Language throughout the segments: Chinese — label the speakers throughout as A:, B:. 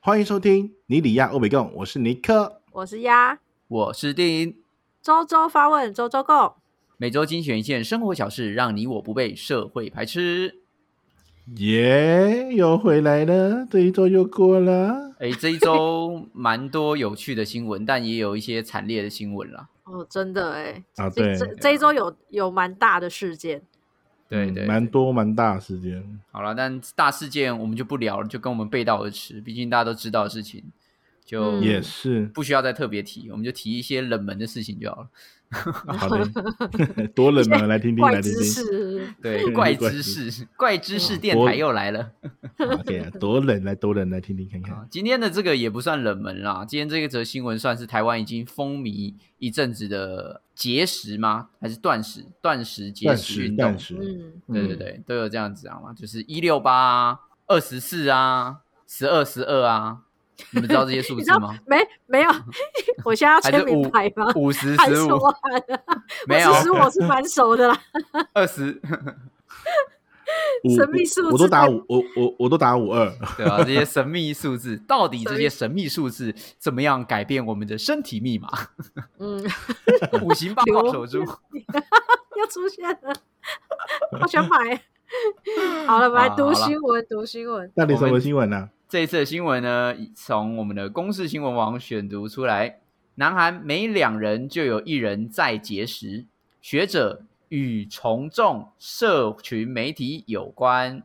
A: 欢迎收听尼里亚欧北共，我是尼克。
B: 我是鸭，
C: 我是电影，
B: 周周发问，周周共。
C: 每周精选一件生活小事，让你我不被社会排斥。
A: 耶、又回来了，这一周又过了。
C: 哎，这 一周蛮多有趣的新闻，但也有一些惨烈的新闻啦。
B: 哦，真的哎，
A: 啊
B: 这
A: 对
B: 这这一周有有蛮大的事件，
C: 对
A: 嗯
C: 对，
A: 蛮多蛮大的时间。
C: 好了，但大事件我们就不聊了，就跟我们背道而驰，毕竟大家都知道的事情，就
B: 嗯
A: 也 是，
C: 不需要再特别提，我们就提一些冷门的事情就好了。
A: 好的， 多冷门，来听听，
B: 怪
A: 来听
B: 知
A: 听。
B: 识。
C: 对，
A: 嗯
C: 怪
A: 怪
C: 知
A: 知
C: 识，怪知识电
A: 嗯我
C: 台又来了。
A: 好对啊，多冷，来多冷，来听听看看。
C: 啊，今天的这个也不算冷门啦。今天这个则新闻算是台湾已经风靡一阵子的节食吗？还是断食？断食节
A: 断
C: 食
A: 食，
C: 运
A: 断
C: 动？
A: 食，
B: 嗯，
C: 对对对，都有这样子啊嘛，就是一六八啊，二十四啊，十二十二啊，你们知道这些数
B: 你知
C: 字
B: 道
C: 吗？
B: 没没 有？我现在要
C: 还
B: 签
C: 是
B: 名
C: 五
B: 牌吗？
C: 五十
B: 还
C: 十
B: 是
C: 五
B: 我喊的？
C: 没有
B: 其实我是蛮熟的啦。
C: 二十，
A: 五
B: 神秘数字
A: 我都打五，我我我都打五二。
C: 对啊，这些神秘数字，到底这些神秘数字怎么样改变我们的身体密码？
B: 嗯，
C: 五行八
B: 流
C: 卦守住。
B: 又出现了，好想 买。好了，我们来
C: 啊
B: 读
C: 好啦
B: 新闻，读新闻。
A: 到底什
C: 我
A: 么
C: 们
A: 新闻啊呢？
C: 这一次的新闻呢，从我们的公视新闻网选读出来，南韩每两人就有一人在节食，学者与从众社群媒体有关。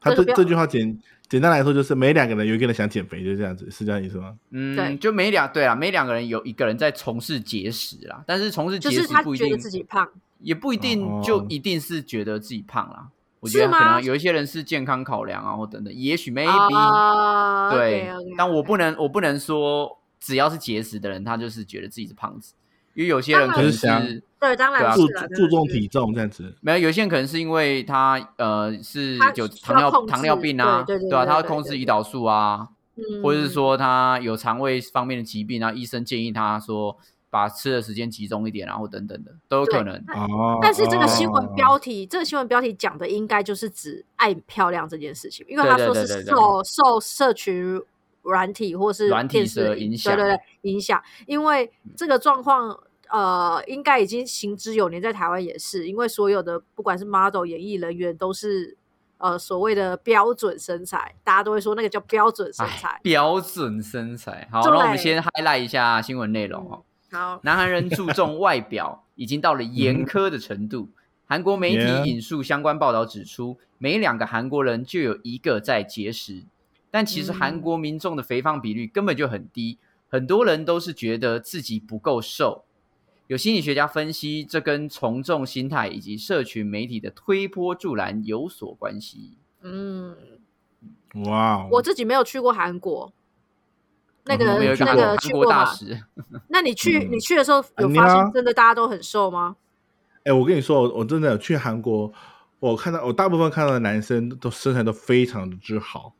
A: 他
B: 这个
A: 这
B: 不要
A: 这句话简简单来说就是每两个人有一个人想减肥，就是这样子，是这样意思吗？
B: 对
C: 嗯，就每两对啊，每两个人有一个人在从事节食啦，但是从事
B: 就
C: 节
B: 是
C: 食
B: 他
C: 不一
B: 觉得
C: 定
B: 自己胖，
C: 也不一定
A: 哦
C: 就一定是觉得自己胖啦。我
B: 是
C: 觉得可
B: 吗
C: 能有一些人是健康考量啊，或等等，也许 maybe、
B: 啊，
C: 对
B: OK，OK，
C: 但我不能，我不能说只要是节食的人，他就是觉得自己是胖子，因为有些人
B: 当然
C: 可能
A: 就是想
C: 是
B: 对，当
C: 对
B: 然
C: 啊
B: 是
A: 注
B: 啦
A: 注重，体重这样子，
C: 没有，有些人可能是因为他呃是
B: 他
C: 有
B: 需
C: 糖
B: 要
C: 尿
B: 控
C: 糖尿
B: 制
C: 病啊，
B: 对对对
C: 吧、
B: 对
C: 他要
B: 对
C: 控
B: 对
C: 制
B: 对嗯
C: 胰岛素啊，
B: 当然
C: 或者是，说他有肠胃方面的疾病啊，医生建议他说把吃的时间集中一点啊，然后等等的都有可
B: 对
C: 能。
A: 哦
B: 嗯，但是这个新
A: 哦
B: 闻标题，这个新闻标题讲的应该就是指爱漂亮这件事情，因为
C: 对
B: 他
C: 对
B: 说
C: 对
B: 是
C: 对对
B: 受受社群软体或是
C: 软体
B: 电视
C: 的影响嗯
B: 对对对影响，因为这个状况。呃，应该已经行之有年，在台湾也是，因为所有的不管是 model、演艺人员都是呃所谓的标准身材，大家都会说那个叫标准身材
C: 哎，。标准身材。好，那我们
B: 对
C: 先 highlight 一下新闻内容哦。
B: 好，
C: 南韩人注重外表已经到了严苛的程度。韩国媒
A: Yeah
C: 体引述相关报道指出，每两个韩国人就有一个在节食。但其实
B: 嗯
C: 韩国民众的肥胖比率根本就很低，很多人都是觉得自己不够瘦。有心理学家分析，这跟从众心态以及社群媒体的推波助澜有所关系。
B: 嗯，
A: 哇哦，
B: 我自己没有去过韩国，那个
A: 嗯
C: 我嗯们有一个
B: 那
C: 韩国
B: 个
C: 韩
B: 去
C: 国
B: 过
C: 大
B: 吗？
C: 使，
B: 那你去
A: 嗯
B: 你去的时候有
A: 安妮
B: 发
A: 啊
B: 现真的大家都很瘦吗？
A: 哎、我跟你说，我我真的去韩国，我看到我大部分看到的男生都身材都非常的之好，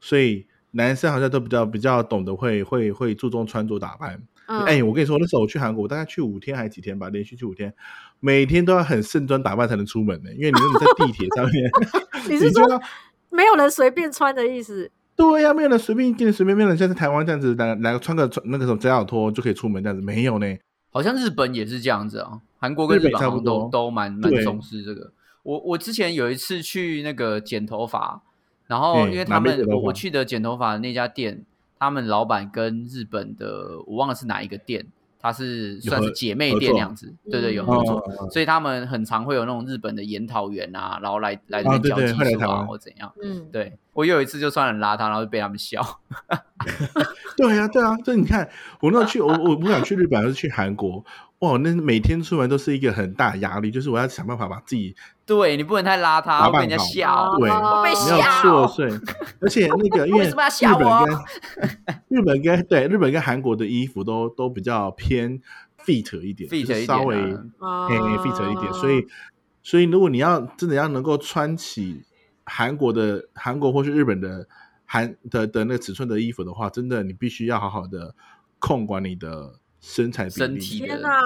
A: 所以男生好像都比较比较懂得会会会注重穿着打扮。哎、
B: 嗯，
A: 我跟你说，那时候我去韩国，我大概去五天还是几天吧，连续去五天，每天都要很盛装打扮才能出门呢、因为你说你在地铁上面
B: ，你是
A: 就
B: 说
A: 要
B: 没有人随便穿的意思。
A: 对呀、没有人随便给你随便，没有人像在台湾这样子，来来个穿个穿那个什么夹脚拖就可以出门这样子，没有呢。
C: 好像日本也是这样子啊，韩国跟
A: 日本
C: 日本好
A: 差不
C: 像
A: 多
C: 都都蛮蛮
A: 对
C: 重视这个。我我之前有一次去那个剪头发，然后
A: 嗯
C: 因为
A: 哪
C: 他
A: 边
C: 们
A: 剪头
C: 我
A: 发
C: 我去的剪头发的那家店，他们老板跟日本的我忘了是哪一个店，它是
A: 有
C: 算是
A: 合
C: 姐妹
A: 合
C: 店
A: 作
C: 那样子，对对有
B: 嗯
C: 合作，
A: 哦
C: 所以他们很常会有那种日本的研讨员啊，然后来来这
A: 啊
C: 边
A: 对
C: 教
A: 对
C: 技
A: 会来
C: 术
A: 台
C: 啊
A: 湾
C: 或怎样。
B: 嗯，
C: 对我有一次就穿很邋遢，然后被他们笑。
A: 对啊，对啊，就你看，我那时候去，我我不想去日本，而是去韩国。哇，那每天出门都是一个很大的压力，就是我要想办法把自己
C: 对你不能太邋
A: 打
C: 遢，会被人家
A: 扮好
C: 笑。啊
A: 对
B: 哦
A: 没
C: 被
A: 有
C: 吓
A: 错睡，而且那个因
C: 为
A: 为
C: 什么要吓
A: 日本
C: 我
A: 跟日本跟对日本跟韩国的衣服都都比较偏 fit 一点，
C: fit
A: 就是
C: 一点
A: 稍
C: 啊
A: 微
B: 啊
A: 嘿 fit 一点，所以所以如果你要真的要能够穿起韩国的韩国或是日本的韩的的那个尺寸的衣服的话，真的你必须要好好的控管你的身材比
C: 身
A: 例
C: 体
B: 天
C: 的
B: 哪，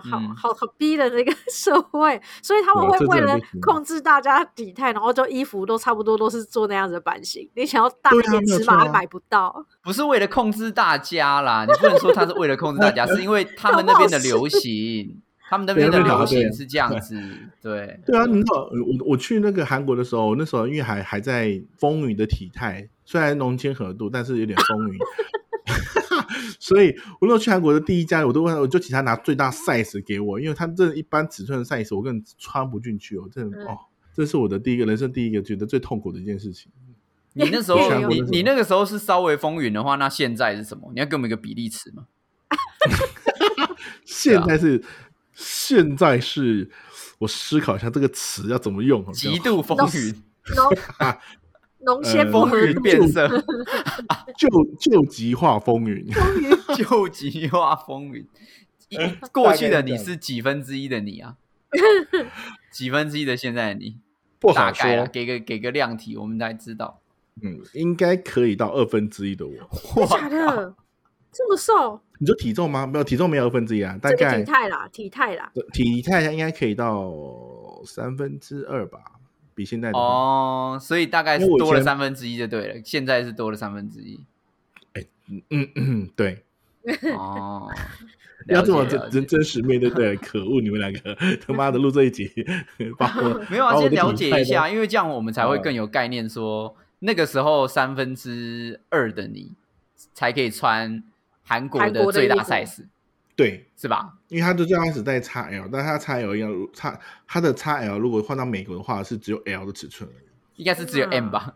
B: 好
C: 嗯
B: 好好逼的那个 社会，所以他们
A: 哇
B: 会
A: 这
B: 为
A: 真的
B: 了
A: 不行
B: 控制大家的体态，然后就衣服都差不多都是做那样子的版型。你想要大
A: 对
B: 一
A: 啊
B: 点
A: 没有
B: 尺
A: 错
B: 码
A: 啊
B: 还买不到，
C: 不是为了控制大家啦，你不能说他是为了控制大家，是因为他们那边的流行，他们那边的流行是这样子，对，
A: 对啊，你知道我我去那个韩国的时候，那时候因为还还在风雨的体态，虽然浓纤合度，但是有点风雨。 所以我那时候去韩国的第一家，我都问，我就请他拿最大 size 给我，因为他这一般尺寸的 size 我根本穿不进去，我真的、
B: 嗯
A: 哦，这是我的第一个人生第一个觉得最痛苦的一件事情。
C: 你那时候
B: 也有
C: 你你那个时候是稍微风云的话，那现在是什么？你要给我们一个比例尺吗？
A: 现在是、现在是我思考一下这个词要怎么用，哦
C: 极度风云，
B: 浓
A: 啊
B: 浓
A: 呃
B: 纤不
C: 风
B: 合
C: 云 变色，
A: 救救急化风云。
C: 救急化风云。 一过去的你是几分之一的你啊？几分之一的现在的你？
A: 不
C: 大
A: 好
C: 概啊啦，
A: 说，
C: 给个给个量体，我们才知道。
A: 嗯，应该可以到二分之一的我。
B: 真假的这么瘦，
A: 你说体重吗？没有，体重没有二分之一啊，大
B: 这个
A: 概
B: 体态啦，体态 啦，
A: 体态应该可以到三分之二吧，比现在的话，
C: 哦，所以大概是
A: 因为我以
C: 多了
A: 前
C: 三分之一就对了，现在是多了三分之一。
A: 嗯嗯，对，
C: 哦，
A: 要这么
C: 了解
A: 真
C: 了解
A: 真真实面对对，可恶，你们两个他妈的录这一集，把 我
C: 没有啊，
A: 把我
C: 先
A: 的
C: 了
A: 体
C: 解
A: 态
C: 一下，
A: 都，
C: 因为这样我们才会
A: 嗯
C: 更有概念说，那个时候三分之二的你才可以穿韩国
B: 韩
C: 的
B: 国的
C: 最大
B: 衣服
C: size
A: 对，
C: 是吧？
A: 因为他就最开始在 XL，但他 XL 要差，他的 XL 如果换到美国的话是只有 L 的尺寸而已，
C: 应该是只有
B: 天哪
C: M 吧？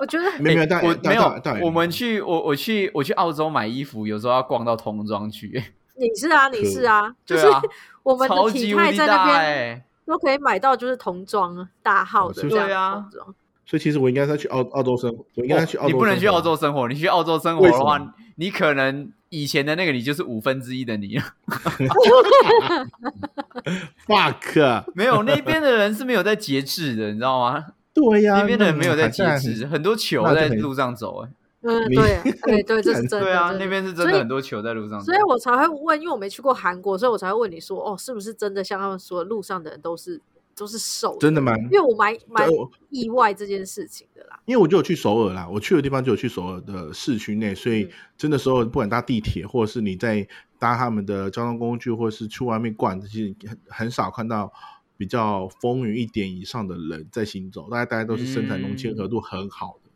B: 我觉得
A: 没有没有，
C: 欸
A: 但
C: 我
A: 但
C: 没有
A: 但，
C: 我们去我我去我去澳洲买衣服，有时候要逛到童装去，
B: 你是啊，你是啊，就是
C: 对啊，
B: 我们
C: 超
B: 的
C: 级
B: 体
C: 无
B: 态
C: 敌
B: 在那
C: 大
B: 边
C: 哎，
B: 都可以买到，就是童装啊大号
A: 哦
B: 的
A: 是
B: 这
A: 不
C: 是
B: 样
C: 对啊
B: 的童装。
A: 所以其实我应该是要去澳澳洲生活，我应该
C: 哦
A: 去澳洲、
C: 你不能去澳洲，生活，你去澳洲生活
A: 为
C: 的
A: 什
C: 话
A: 么，
C: 你可能以前的那个你就是五分之一的你了。
A: fuck，
C: 没有，那边的人是没有在节制的，你知道吗？
A: 对呀、
C: 那边的人没有在
A: 还
C: 节制，很多球
A: 那就
C: 在
A: 很
C: 路上走、哎，
B: 嗯，
A: 你
B: 对，哎，对，这是真的。
C: 对啊，
B: 真的
C: 那边是真的
B: 所以
C: 很多球在路上走
B: 所以。我才会问，因为我没去过韩国，所以我才会问你说，哦，是不是真的像他们说，路上的人都是都是瘦的？
A: 真的吗？
B: 因为我蛮蛮
A: 对我
B: 意外这件事情的啦。
A: 因为我就有去首尔啦，我去的地方就有去首尔的市区内，所以
B: 嗯
A: 真的首尔不管搭地铁，或者是你在搭他们的交通工具，或者是去外面逛，其实很很少看到比较丰腴一点以上的人在行走，大家大家都是身材
C: 嗯
A: 浓纤合度很好的，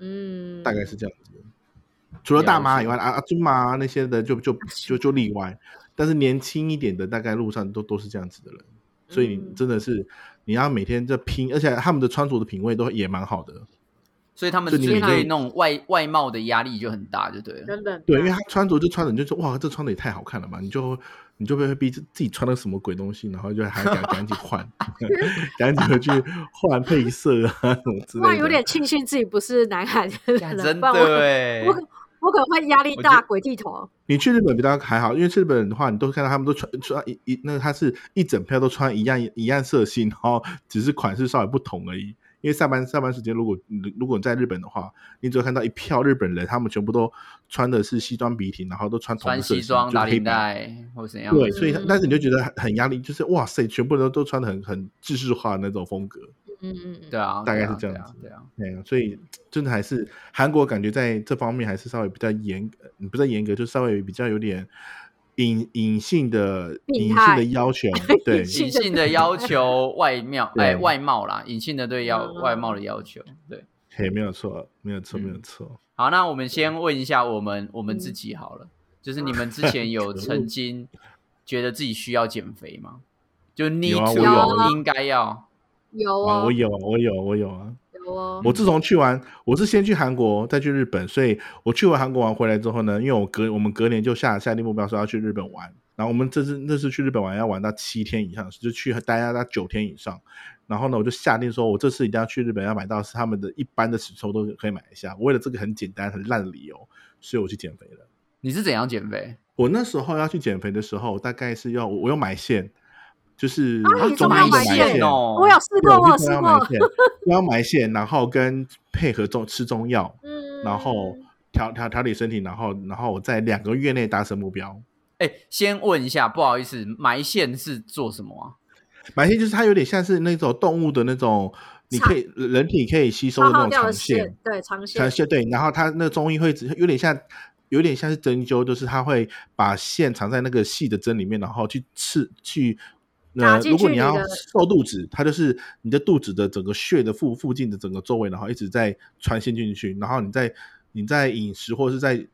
B: 嗯，
A: 大概是这样子。除了大妈以外，啊阿中妈啊那些的就就就就例外，但是年轻一点的，大概路上都都是这样子的人，所以你
B: 嗯
A: 真的是你要每天在拼，而且他们的穿着的品味都也蛮好的。
C: 所以他们
A: 所以你
C: 对
B: 每
C: 对
B: 天
C: 那种外外貌的压力就很大，就对了。
B: 真的
A: 对，因为他穿着就穿着，你就说哇，这穿的也太好看了吧，你就你就被逼自自己穿的什么鬼东西，然后就还赶赶紧换， 赶紧回去换配色啊什么之
B: 突
A: 类的。
B: 然有点庆幸自己不是南韩的人
C: 干
B: 了，
C: 啊真
B: 不然我
C: 的
B: 可
C: 哎、
B: 我可我可能会压力
C: 我觉
B: 大，
C: 得
B: 鬼剃头。
A: 你去日本比较还好，因为去日本的话，你都看到他们都穿穿一一那个他是一整票都穿一样一样色系，然后只是款式稍微不同而已。因为上班上班时间，如果如果你在日本的话，你只会看到一票日本人，他们全部都穿的是西装笔挺，然后都穿同一
C: 穿
A: 个色
C: 西
A: 系
C: 装
A: 就是
C: 打
A: 黑
C: 领
A: 白
C: 带或怎样的？
A: 对，所以他
B: 嗯
A: 但是你就觉得很很压力，就是哇塞，全部人都穿的很很制式化的那种风格，
B: 嗯嗯嗯，
C: 对啊，
A: 大概
C: 对啊
A: 是这样子
C: 对啊，对啊
A: 哎呀，所以真的还是韩国感觉在这方面还是稍微比较严，呃不是严格，就稍微比较有点隐隐性的
B: 病
A: 隐性
B: 态
A: 的要求，对
B: 隐，性
C: 隐性的 要求外貌，
A: 对
C: 哎、外貌啦，隐性的对要、
B: 嗯
C: 外貌的要求，对。
A: 嘿，没有错，没有错，
C: 嗯
A: 没有错，
C: 好，那我们先问一下我们我
B: 嗯
C: 们自己好了，就是
B: 啊
C: 你们之前有
A: 可恶
C: 曾经觉得自己需要减 肥吗？就 need
A: 有啊
C: to
B: 我有啊
C: 应该要
B: 有
A: 啊，
B: 哦
A: 我，有啊，我有啊，我有啊，
B: 有哦，
A: 我自从去完，我是先去韩国，再去日本，所以我去完韩国玩回来之后呢，因为我隔我们隔年就下下定目标说要去日本玩，然后我们这次这次去日本玩要玩到七天以上，就去待要到九天以上。然后呢，我就下定说，我这次一定要去日本，要买到是他们的一般的尺寸都可以买一下。我为了这个很简单、很烂的理由，所以我去减肥了。
C: 你是怎样减肥？
A: 我那时候要去减肥的时候，大概是要我我有买线，就是
B: 啊你
A: 中
B: 中
A: 医
B: 药
A: 的
B: 买线
A: 线
C: 哦，
B: 我有试过，我有
A: 对
B: 试
A: 我买
B: 过，
A: 线，要埋线，然后跟配合中吃中药，
B: 嗯，
A: 然后调调调理身体，然后然后我在两个月内达成目标。
C: 哎，先问一下，不好意思，埋线是做什么啊？
A: 埋线就是它有点像是那种动物的那种，你可以人体可以吸收的
B: 消
A: 那
B: 耗
A: 种
B: 掉
A: 长
B: 的
A: 线，
B: 线，对长线
A: 长，线对，然后它那个中医会只有点像，有点像是针灸，就是它会把线藏在那个细的针里面，然后去刺去。
B: 打
A: 呃，
B: 进
A: 如果
B: 去
A: 你
B: 你
A: 要
B: 的
A: 瘦肚子，它就是你的肚子的整个穴的附附近的整个周围，然后一直在穿线进去，然后你在你在饮食或是在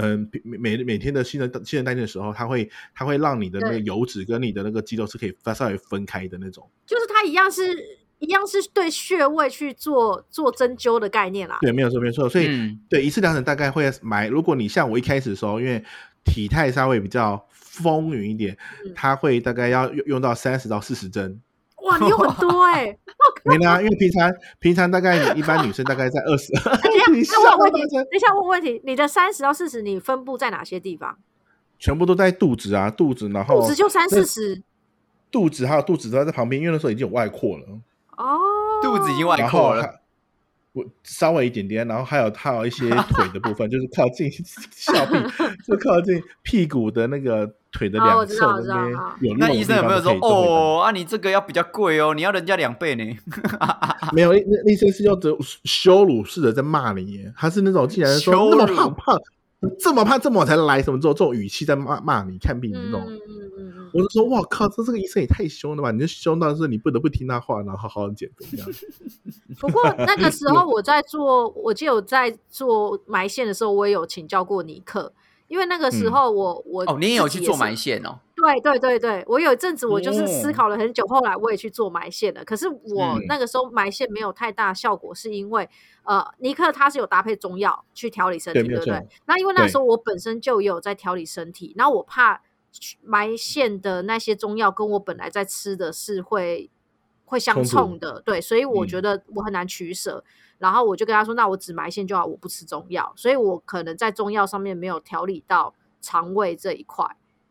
A: 嗯、每每每天的新陈新陈代谢的时候，它会它会让你的那个
B: 对
A: 油脂跟你的那个肌肉是可以分稍微分开的那种。
B: 就是它一样是一样是对穴位去做做针灸的概念啦。
A: 对，没有错，没错。所以、
C: 嗯
A: 对一次疗程大概会买，如果你像我一开始的时候，因为体态稍微比较丰腴一点
B: 嗯，
A: 它会大概要用用到三十到四十针。
B: 哇，你有很 多哎、欸，
A: 没啦，因为平常平常大概你一般女生大概在二十，
B: 等一
A: 你
B: 下，啊那
A: 笑
B: 我有
A: 到
B: 问题，
A: 这
B: 等一下我有问题，你的三十到四十，你分布在哪些地方？
A: 全部都在肚子啊，肚子，然
C: 哦
A: 后
B: 肚子就三
A: 那
B: 四十
A: 肚子还有肚子都在旁边，因为那时候已经有外扩了，
B: 哦，
C: 肚子已经外
A: 然
C: 扩
A: 后
C: 了，
A: 还我稍微一点点，然后还有还有一 些腿的部分，就是靠近小臂，就靠近屁股的那个腿的
B: 哦我
A: 两
B: 知
A: 侧
B: 道我知
A: 那
B: 道
A: 边
B: 啊
A: 有
C: 那
A: 肉的
C: 医
A: 地
C: 生有
A: 方
C: 没有
A: 都
C: 说
A: 可以都可以动
C: 哦啊，你这个要比较贵哦，你要人家两倍 呢？
A: 没有，那那些是用这种羞辱式的在骂你耶，他是那种竟然说
C: 羞辱
A: 那么胖胖，这么胖这么晚才来什么之后，这种语气在骂骂你，看病你这种。
B: 嗯嗯嗯嗯
A: 我就说，哇靠，这这个医生也太凶了吧！你就凶到是你不得不听他话，然后好好减肥这样。
B: 不过那个时候我在做，我记得我在做埋线的时候，我也有请教过尼克，因为那个时候我、我
C: 哦，你也有
B: 自
C: 去
B: 己
C: 做
B: 是
C: 埋线哦？
B: 对对对对，我有一阵子我就是
C: 哦
A: 嗯
B: 思考了很久，后来我也去做埋线了。可是我
C: 嗯
B: 那个时候埋线没有太大效果，是因为呃，尼克他是有搭配中药去调理身体，
A: 对没
B: 对
A: 有
B: 不对
A: 错？
B: 那因为那
A: 对
B: 时候我本身就也有在调理身体，然后我怕埋线的那些中药跟我本来在吃的是会会相
A: 冲突
B: 冲的，对，所以我
A: 嗯
B: 觉得我很难取舍。然后我就跟他说，那我只埋线就好，我不吃中药，所以我可能在中药上面没有调理到肠胃这一块，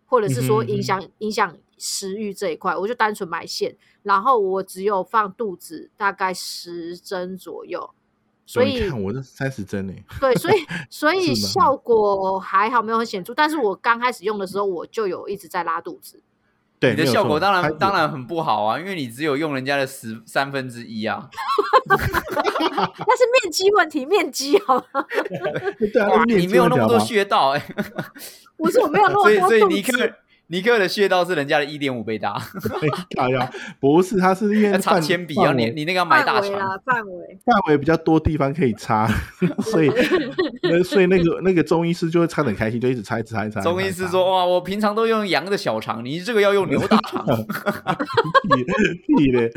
B: 或者是说
A: 嗯哼嗯哼
B: 影响、影响食欲这一块，我就单纯埋线，然后我只有放肚子大概十针左右，所
A: 哦你
B: 以
A: 看我这三十针呢，
B: 对，所以所以
A: 是吗
B: 效果还好没有很显著，但是我刚开始用的时候我就有一直在拉肚子，
A: 对，
C: 你的
A: 没有
C: 效
A: 错
C: 果当
A: 他
C: 然当然很不好啊，因为你只有用人家的十三分之一啊。
B: 但是面积问题，面积哦 好吗，
A: 对啊，
C: 哇，
A: 面
C: 你
A: 积
C: 没有
A: 问
C: 那
A: 题好
C: 么多
A: 吧
C: 穴道哎、
B: 我说我没有那么
C: 所以
B: 多
C: 所以
B: 肚
C: 尼
B: 子
C: 克。尼克的穴道是人家的一点五倍大，
A: 哎靠呀，不是，他是因为
C: 要插
A: 范
C: 铅笔
A: 范
C: 啊，你
A: 围
C: 你那个要买大
B: 范围
C: 床。
B: 啦，范围
A: 范围比较多地方可以 插，所以那所以那个那个中医师就会插得很开心，就一直插一直插一直插。
C: 中医
A: 一直
C: 师
A: 插
C: 说：“哇，我平常都用羊的小肠，你这个要用牛大 肠。
A: 屁屁嘞，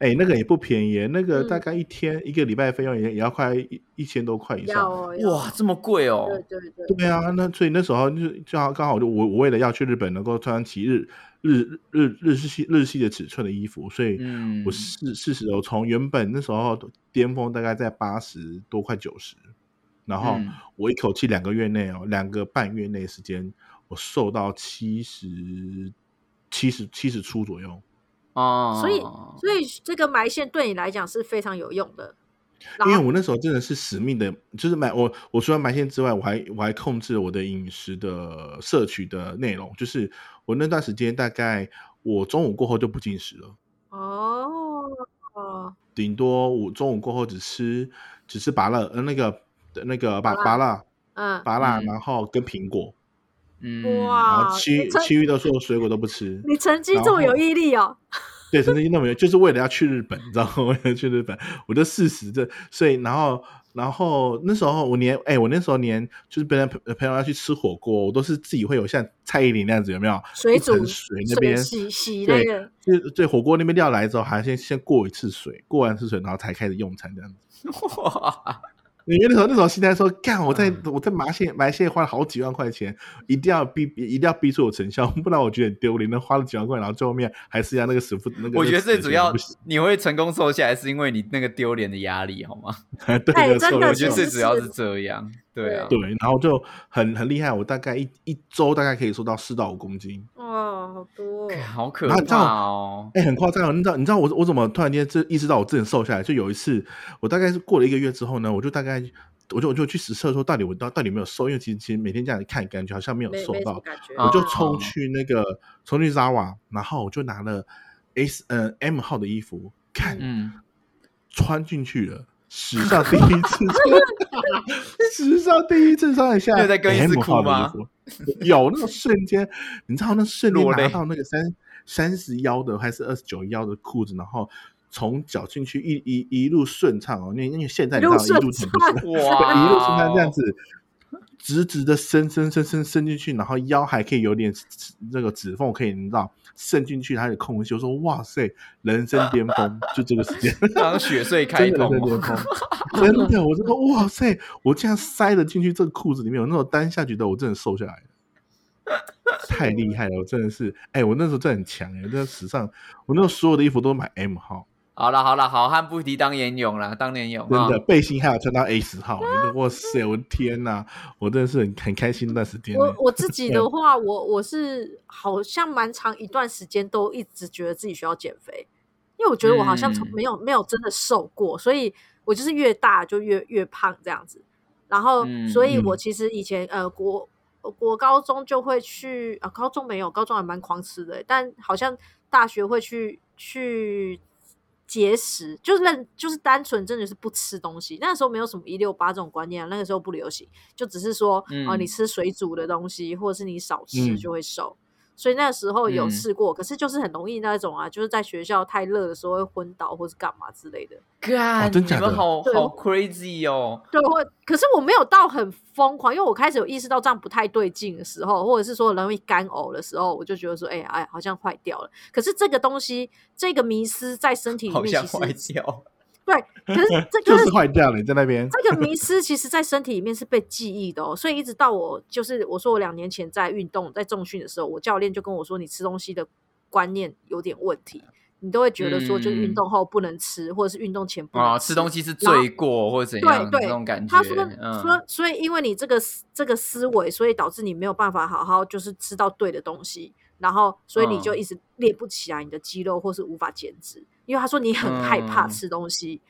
A: 哎、那个也不便宜耶，那个
B: 嗯
A: 大概一天、一个礼拜费用也也要快一一千多块以
B: 要
A: 上。
B: 哦，”要
C: 哇，这么贵哦！
B: 对对对，
A: 对啊，那所以那时候就就好刚好就我我为了要去日本能够穿起日日日日系日系的尺寸的衣服，所以
C: 嗯
A: 我试试时有从原本那时候巅峰大概在八十多快九十，然后
C: 嗯
A: 我一口气两个月内哦，两个半月内时间我瘦到七十七十七十出左右。
C: 哦，
B: 所以所以这个埋线对你来讲是非常有用的。然
A: 因为
B: 后
A: 我那时候真的是死命的，就是买我我除了埋线之外，我还我还控制我的饮食的摄取的内容，就是我那段时间大概我中午过后就不进食了，
B: 哦哦，
A: 顶多我中午过后只吃只吃芭乐，呃那个那个芭
B: 芭
A: 芭乐
B: 嗯，
A: 芭乐，
C: 嗯
A: 然后跟苹果，
C: 嗯
B: 哇
A: 然
B: 啊
A: 后其
B: 你这
A: 其余的所有水果都不吃。
B: 你成绩这么有毅力哦，
A: 对，曾经那么远，就是为了要去日本，你知道吗？ 为了去日本，我就四十这，所以然后然后那时候我连哎、我那时候连就是别人朋朋友要去吃火锅，我都是自己会有像蔡依林那样子，有没有？
B: 水
A: 一层
B: 煮
A: 水那
B: 水
A: 边，
B: 洗洗那
A: 对
B: 个，
A: 就是对火锅那边料来之后，还先先过一次水，过完一次水，然后才开始用餐这样子。
C: 哇，
A: 因为那时候那时候心态说，干我在、
C: 嗯
A: 我在麻线麻线花了好几万块钱，一定要逼一定要逼出有成效， 不然我觉得很丢脸。那花了几万块，然后最后面还是要那个死付那个。
C: 我觉得
A: 那个
C: 最
A: 死
C: 主
A: 钱
C: 要
A: 不行
C: 你会成功瘦下来，是因为你那个丢脸的压力，好吗？
A: 对，
B: 哎
A: 那个
B: 真
A: 瘦
B: 的
A: 了
C: 我觉
B: 其
C: 得
A: 就
B: 实
C: 最主要
B: 是
C: 是这样，对啊，
A: 对，然后就很很厉害，我大概一一周大概可以瘦到四到五公斤，
B: 哦，好多哦，
C: 好可
A: 然后你知道
C: 怕哦！
A: 哎、很夸张哦！你知道你知道我我怎么突然间这意识到我自己瘦下来？就有一次，我大概是过了一个月之后呢，我就大概我就我就去实测说到底我到到底有没有瘦，因为其实其实每天这样子看，感觉好像没有
B: 没
A: 瘦
B: 没什么
A: 到，
B: 感觉。啊
A: 我就
C: 哦
A: 冲去那个冲去 Zara，然后我就拿了 S 呃 M 号的衣服，看
C: 嗯，
A: 穿进去了。史上第一次穿， 史上第一次穿得下
C: 你有在更衣室
A: M 号
C: 哭吗
A: 的衣服，有那个瞬间，你知道那瞬间
C: 落泪
A: 拿到那个三三十腰的还是二十九腰的裤子，然后从脚进去一一一路顺畅哦，因为因为现在你知道
B: 一 路
A: 一路挺
B: 顺
A: 不顺
B: 畅
C: 哇，
A: 一路从它这样子直直的伸伸伸伸伸进去，然后腰还可以有点那个指缝可以你知道渗进去它的空隙，我说哇塞，人生巅峰，就这个时间。
C: 当雪 穗开
A: 真的
C: 通
A: 人生巅
C: 哦，
A: 峰，真的，我真的哇塞！我竟然塞了进去这个裤子里面，我那时候当下觉得我真的瘦下来了，太厉害了！我真的是，哎、我那时候真的很强哎、我真的史上，我那时候所有的衣服都买 M 号，
C: 好了好了，好汉不提当年勇啦，当年勇
A: 真
C: 啊
A: 的、哦背心还有穿到 A 十号，欸哇塞！我的天哪，我真的是很很开心那时间、
B: 我
A: 欸。
B: 我自 己的话，我我是好像蛮长一段时间都一直觉得自己需要减肥，因为我觉得我好像从
C: 嗯
B: 没有、没有真的瘦过，所以我就是越大就越越胖这样子。然后，
C: 嗯
B: 所以我
A: 嗯
B: 其实以前呃国国高中就会去啊、高中没有，高中还蛮狂吃的欸，但好像大学会去去节食，就是认就是单纯真的是不吃东西。那时候没有什么一六八这种观念啊，那个时候不流行，就只是说啊、呃你
C: 嗯
B: 吃水煮的东西，或者是你少吃
A: 嗯
B: 就会瘦。所以那时候有
C: 嗯
B: 试过，可是就是很容易那种啊，就是在学校太热的时候会昏倒或是干嘛之类的。
C: 干，
A: 哦真假
C: 你们
A: 的
C: 好
B: 对
C: 好 crazy 哦，
B: 对，我可是我没有到很疯狂，因为我开始有意识到这样不太对劲的时候，或者是说容易干呕的时候，我就觉得说，哎、哎，好像坏掉了。可是这个东西，这个迷失在身体里
C: 好
B: 面，
C: 像
B: 其
C: 坏哦
B: 实
C: 掉，
B: 对，可是 这
A: 就
B: 个
A: 是坏掉了，你在那边，
B: 这个迷失其实，在身体里面是被记忆的哦，所以一直到我就是我说我两年前在运动在重训的时候，我教练就跟我说，你吃东西的观念有点问题，你都会觉得说，就是运
C: 嗯
B: 动后不能吃，或者是运动前不能
C: 啊，吃东西是
B: 然后
C: 罪过或者怎
B: 对
C: 样
B: 嗯对
C: 这种感觉，
B: 他说
C: 嗯
B: 说，所以因为你这个思这个思维，所以导致你没有办法好好就是吃到对的东西，然后所以你就
C: 嗯
B: 一直练不起来你的肌肉，或是无法减脂，因为他说你很害怕
C: 嗯
B: 吃东西。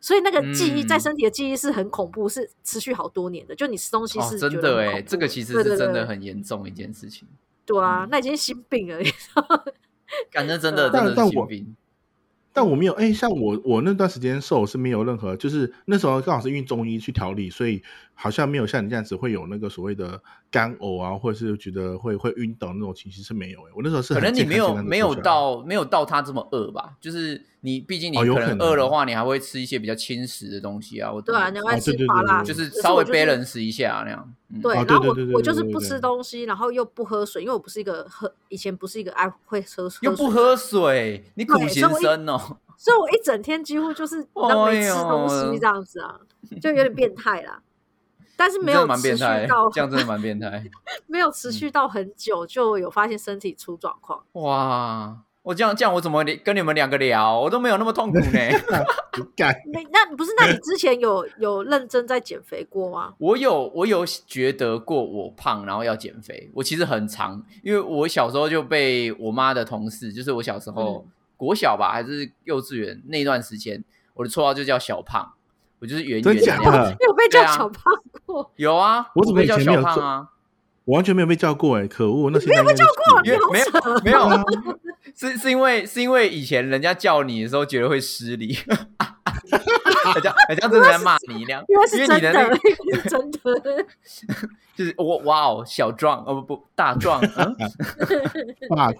B: 所以那个记忆在
C: 嗯
B: 身体的记忆是很恐怖，是持续好多年的。就你吃东西
C: 哦
B: 是，
C: 真
B: 觉得
C: 的
B: 很
C: 哎，
B: 恐
C: 这
B: 怖
C: 个其实
B: 对
C: 是
B: 对
C: 真
B: 对
C: 的很严重一件事情，
B: 对啊
C: 嗯，
B: 那已经心病了。
C: 感觉真的
A: 但
C: 真的
A: 但
C: 是
A: 我
C: 心病，
A: 但
C: 嗯
A: 我没有，哎、像我我那段时间瘦是没有任何，就是那时候刚好是因为中医去调理，所以好像没有像你这样子会有那个所谓的干呕啊，或者是觉得会会晕倒那种情形是没有、哎，我那时候是
C: 可
A: 很啊
C: 能
A: 健
C: 你
A: 康
C: 没有
A: 健康地
C: 没
A: 瘦
C: 有
A: 下来，
C: 到没有到他这么饿吧，就是你毕竟你
A: 哦有
C: 可
A: 可
C: 能
A: 能
C: 饿的话，你还会吃一些比较轻食的东西啊，我
B: 对啊，你爱
A: 哦
B: 吃
A: 对对
B: 麻
A: 对
B: 辣，
A: 对
C: 就
A: 对
C: 是
B: 可是
C: 稍微
B: 我就是
C: balance 嗯一下那样，嗯
B: 对，
A: 哦
B: 然后
A: 对
B: 我
A: 对对
B: 我
A: 对
B: 就是
A: 对
B: 不
A: 对
B: 吃
A: 对
B: 东西，然后又不喝水，因为我不是一个喝以前不是一个爱会喝喝
C: 又不
B: 水
C: 喝水，你苦
B: 对所以
C: 行
B: 我一
C: 僧哦，
B: 所以我一整天几乎就是当没吃东
C: 哎
B: 西
C: 呦
B: 这样子啊，就有点变态啦。但是
C: 你
B: 没
C: 真的
B: 有
C: 蛮
B: 持
C: 变
B: 续
C: 态，
B: 到
C: 这样嗯真的蛮变态，
B: 没有持续到很久，就有发现身体出状况。
C: 哇！我这样这样，我怎么跟你们两个聊？我都没有那么痛 苦呢。
A: 干
B: 那那不是？那你之前有有认真在减肥过吗？
C: 我有我有觉得过我胖，然后要减肥。我其实很长，因为我小时候就被我妈的同事，就是我小时候、
A: 嗯
C: 国小吧还是幼稚园那段时间，我的绰号就叫小胖，我就是圆圆
A: 真假
C: 那样。
A: 的？
B: 没有被叫
C: 对啊
B: 小胖过，
C: 有啊，
A: 我怎么
C: 被
A: 以
C: 叫
A: 前没
C: 小
A: 有
C: 胖
A: 做
C: 啊？
A: 我完全没有被叫过、哎，可恶！那现在没有被叫
B: 过
C: 因为
B: 你
C: 没
B: 好扯哦
C: 有没有，是是因为是因为以前人家叫你的时候觉得会失礼， 人家人家真的在骂你那样，
B: 因为是真
C: 你的那
B: 的
C: 个，
B: 因为是真的。
C: 就是我哇哦小壮哦不不大壮，嗯，
A: ，fuck，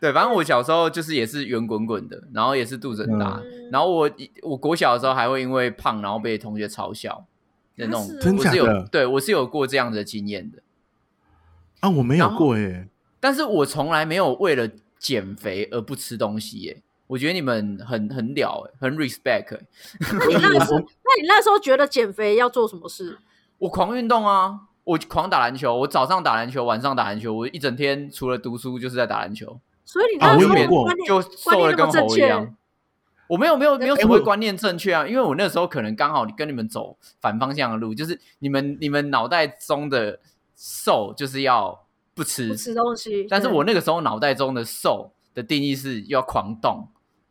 C: 对，反正我小时候就是也是圆滚滚的，然后也是肚子很大，
B: 嗯
C: 然后我我国小的时候还会因为胖然后被同学嘲笑的那种
B: 啊，
A: 真
C: 我
A: 假
C: 是有
A: 的
C: 对我是有过这样的经验的，
A: 啊，我没有
C: 然后
A: 过、哎，
C: 但是我从来没有为了减肥而不吃东西耶。我觉得你们很很了耶，很 respect 欸耶。
B: 那你那时候，那你那时候觉得减肥要做什么事？
C: 我狂运动啊，我狂打篮球，我早上打篮球，晚上打篮球，我一整天除了读书就是在打篮球，
B: 所
C: 哦
B: 以你
A: 啊
B: 那时候
A: 我有过
B: 观念
C: 就
B: 观
C: 瘦
B: 念
C: 的
B: 那么
C: 跟
B: 正
C: 猴一
B: 确，
C: 样。我没有没有没有所
A: 哎
C: 谓
A: 我
C: 观念正确啊，因为我那时候可能刚好跟你们走反方向的路，就是你们你们脑袋中的瘦就是要不吃
B: 不吃东西。
C: 但是
B: 对
C: 我那个时候脑袋中的瘦的定义是要狂动，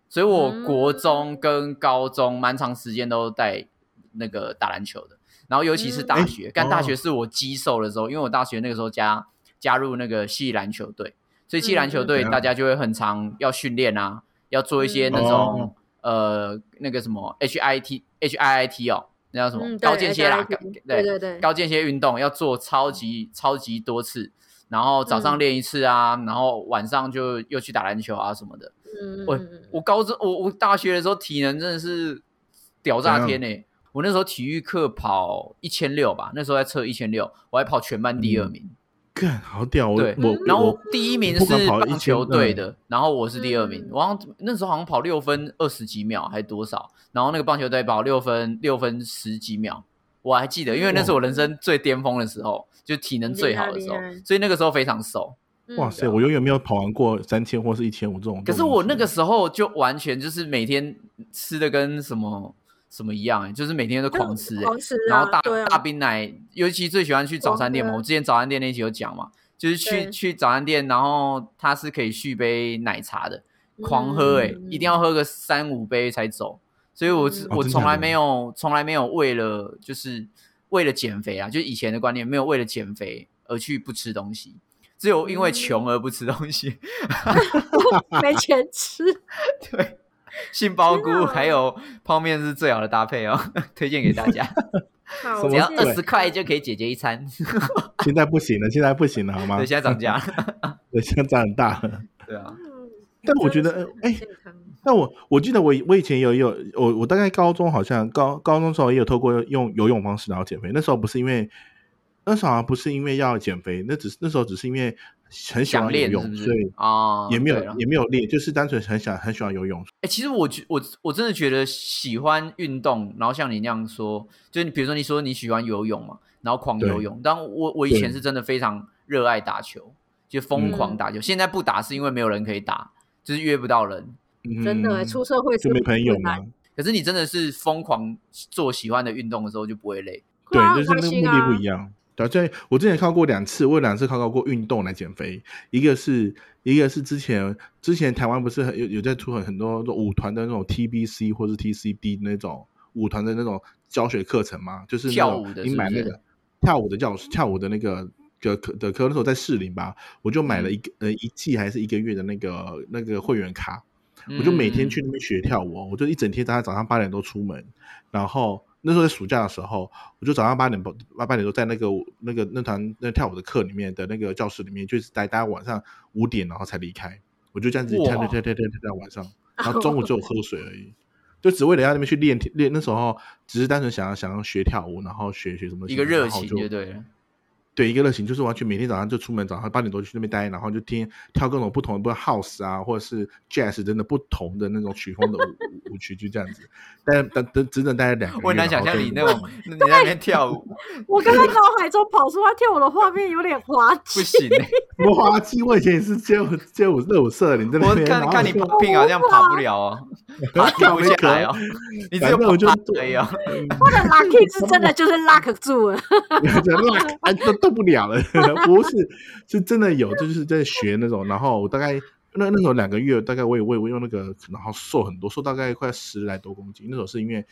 C: 所以我国中跟高中蛮长时间都在那个打篮球的，然后尤其是大学，干、
A: 哦
C: 大学是我激瘦的时候，因为我大学那个时候加加入那个系篮球队，所以系篮球队
A: 嗯嗯
C: 大家就会很常要训练啊，要做一些那种、呃那个什么 HIT HIIT 哦，那叫什么、
B: 嗯，对
C: 高间歇啦，
B: 对
C: 高
B: 对对对，
C: 高间歇运动要做超级超级多次，然后早上练一次啊，然后晚上就又去打篮球啊什么的。
B: 嗯，
C: 喂
B: 嗯嗯
C: 我高中我我大学的时候体能真的是屌炸天呢、欸我那时候体育课跑一千六吧，那时候在测一千六，我还跑全班第二名。
A: 干好屌！我
C: 对
A: 我
C: 然后
A: 我
C: 第一名
A: 不管
C: 是
A: 跑了
C: 棒
A: 1000
C: 球队
A: 嗯
C: 的，然后我是第二名。
B: 嗯
C: 我好像那时候好像跑六分二十几秒还是多少，然后那个棒球队跑六分六分十几秒，我还记得，因为那是我人生最巅峰的时候，就体能最好的时候
B: 厉害厉害，
C: 所以那个时候非常瘦。
B: 嗯
A: 哇塞，我永远没有跑完过三千或是一千五这种。
C: 可是我那个时候就完全就是每天吃的跟什么什么一样、欸，就是每天都狂吃、欸，
B: 狂吃啊，
C: 然后大、
B: 对啊
C: 大冰奶，尤其最喜欢去早餐店嘛。
B: 狂喝
C: 我之前早餐店那一集有讲嘛，就是去
B: 对
C: 去早餐店，然后它是可以续杯奶茶的，狂喝哎、
B: 嗯
C: 一定要喝个三五杯才走。所以我只、
B: 嗯
A: 哦
C: 我
A: 真的
C: 从
A: 假
C: 来
A: 的
C: 没有从来没有为了就是为了减肥啊，就是以前的观念没有为了减肥而去不吃东西，只有因为
B: 嗯
C: 穷而不吃东西。
B: 没钱吃，
C: 对，杏鲍
B: 天
C: 菇
B: 哪
C: 还有泡面是最好的搭配哦， 推荐给大 家，
B: 好
A: 什
C: 只要
A: 么
B: 谢
A: 鬼
C: 二十块就可以解决一餐。
A: 现在不行了，现在不行了，好吗
C: 对，？现在涨价了。
A: 对，现在长很大了。
C: 对啊，
B: 嗯
A: 但我觉得
B: 真的是
A: 哎
B: 很健康
A: 但我我记得我我以前有有我我大概高中好像高高中时候也有透过用游泳方式然后减肥，那时候不是因为那时候好像不是因为要减肥，那只是那时候只是因为很喜
C: 想
A: 欢游
C: 练是不
A: 泳，所
C: 是
A: 以？
C: 啊，
A: 也没有、
C: 对了
A: 也没有练，就是单纯很想很喜欢游泳。
C: 哎、其实我觉我我真的觉得喜欢运动，然后像你那样说，就是你比如说你说你喜欢游泳嘛，然后狂游
A: 对
C: 泳。但我我以前
A: 对嗯
C: 是真的非常热爱打球，就疯狂打球。现在不打是因为没有人可以打，就是约不到人。
A: 嗯，
B: 真的哎出社会
A: 就没
B: 是
A: 朋友
B: 困
A: 嘛
B: 难，？
C: 可是你真的是疯狂做喜欢的运动的时候就不会累。
A: 对，
B: 啊
A: 就是
B: 很
A: 那个目
B: 开心
A: 的不
B: 啊
A: 一样。对，这我之前靠过两次，我有两次靠靠过运动来减肥，一个是一个是之前之前台湾不是很有有在出很很多舞团的那种 TBC 或是 TCB 那种舞团的那种教学课程嘛，就是那
C: 跳
A: 种
C: 舞的
A: 你
C: 是不
A: 买那
C: 是
A: 个跳舞的教室跳舞的那个。的课的课那时候在士林吧，我就
C: 嗯
A: 买了一个、呃一季还是一个月的那个那个会员卡，
C: 嗯
A: 我就每天去那边学跳舞哦，我就一整天，大概早上八点多出门，然后那时候在暑假的时候，我就早上八点半八八点多在那个那个那堂那跳舞的课里面的那个教室里面，就是待待到晚上五点，然后才离开，我就这样子
C: 哇
A: 跳跳跳跳跳跳到 晚上，然后中午只有喝水而已。就只为了要那边去练练，那时候只是单纯想要想要学跳舞，然后学学什么东西
C: 一个热
A: 然后
C: 情
A: 就
C: 就对了。
A: 对，一个热情就是完全每天早上就出门，早上八点多去那边待，然后就听跳各种不同的，不知道 house 啊，或者是 jazz 等等不同的那种曲风的舞舞舞曲，就这样子。但但但整整待了两个月，
C: 我很难
A: 然
C: 想
A: 后
C: 象
A: 就
C: 你那 种你在那边跳舞
B: 我刚刚脑海中跑出他跳舞的画面，有点滑
C: 不
B: 稽。
C: 行欸、
A: 什么滑稽，我以前也是街舞街舞热舞社的，你在那
C: 我
A: 边
C: 看看你 popping 好像爬不了哦，爬
A: 干
C: 不下来哦
A: 没，
C: 你只有
A: 反正我就嗯
C: 爬而已哦。
B: 他的 lucky 是真的就是 luck 住了，
A: 就拉哎都动不了 了，不是是真的有，就是在学那种，然后我大概。那那时候两个月，大概我也我也用那个，然后瘦很多，瘦大概快十来多公斤。那时候是因为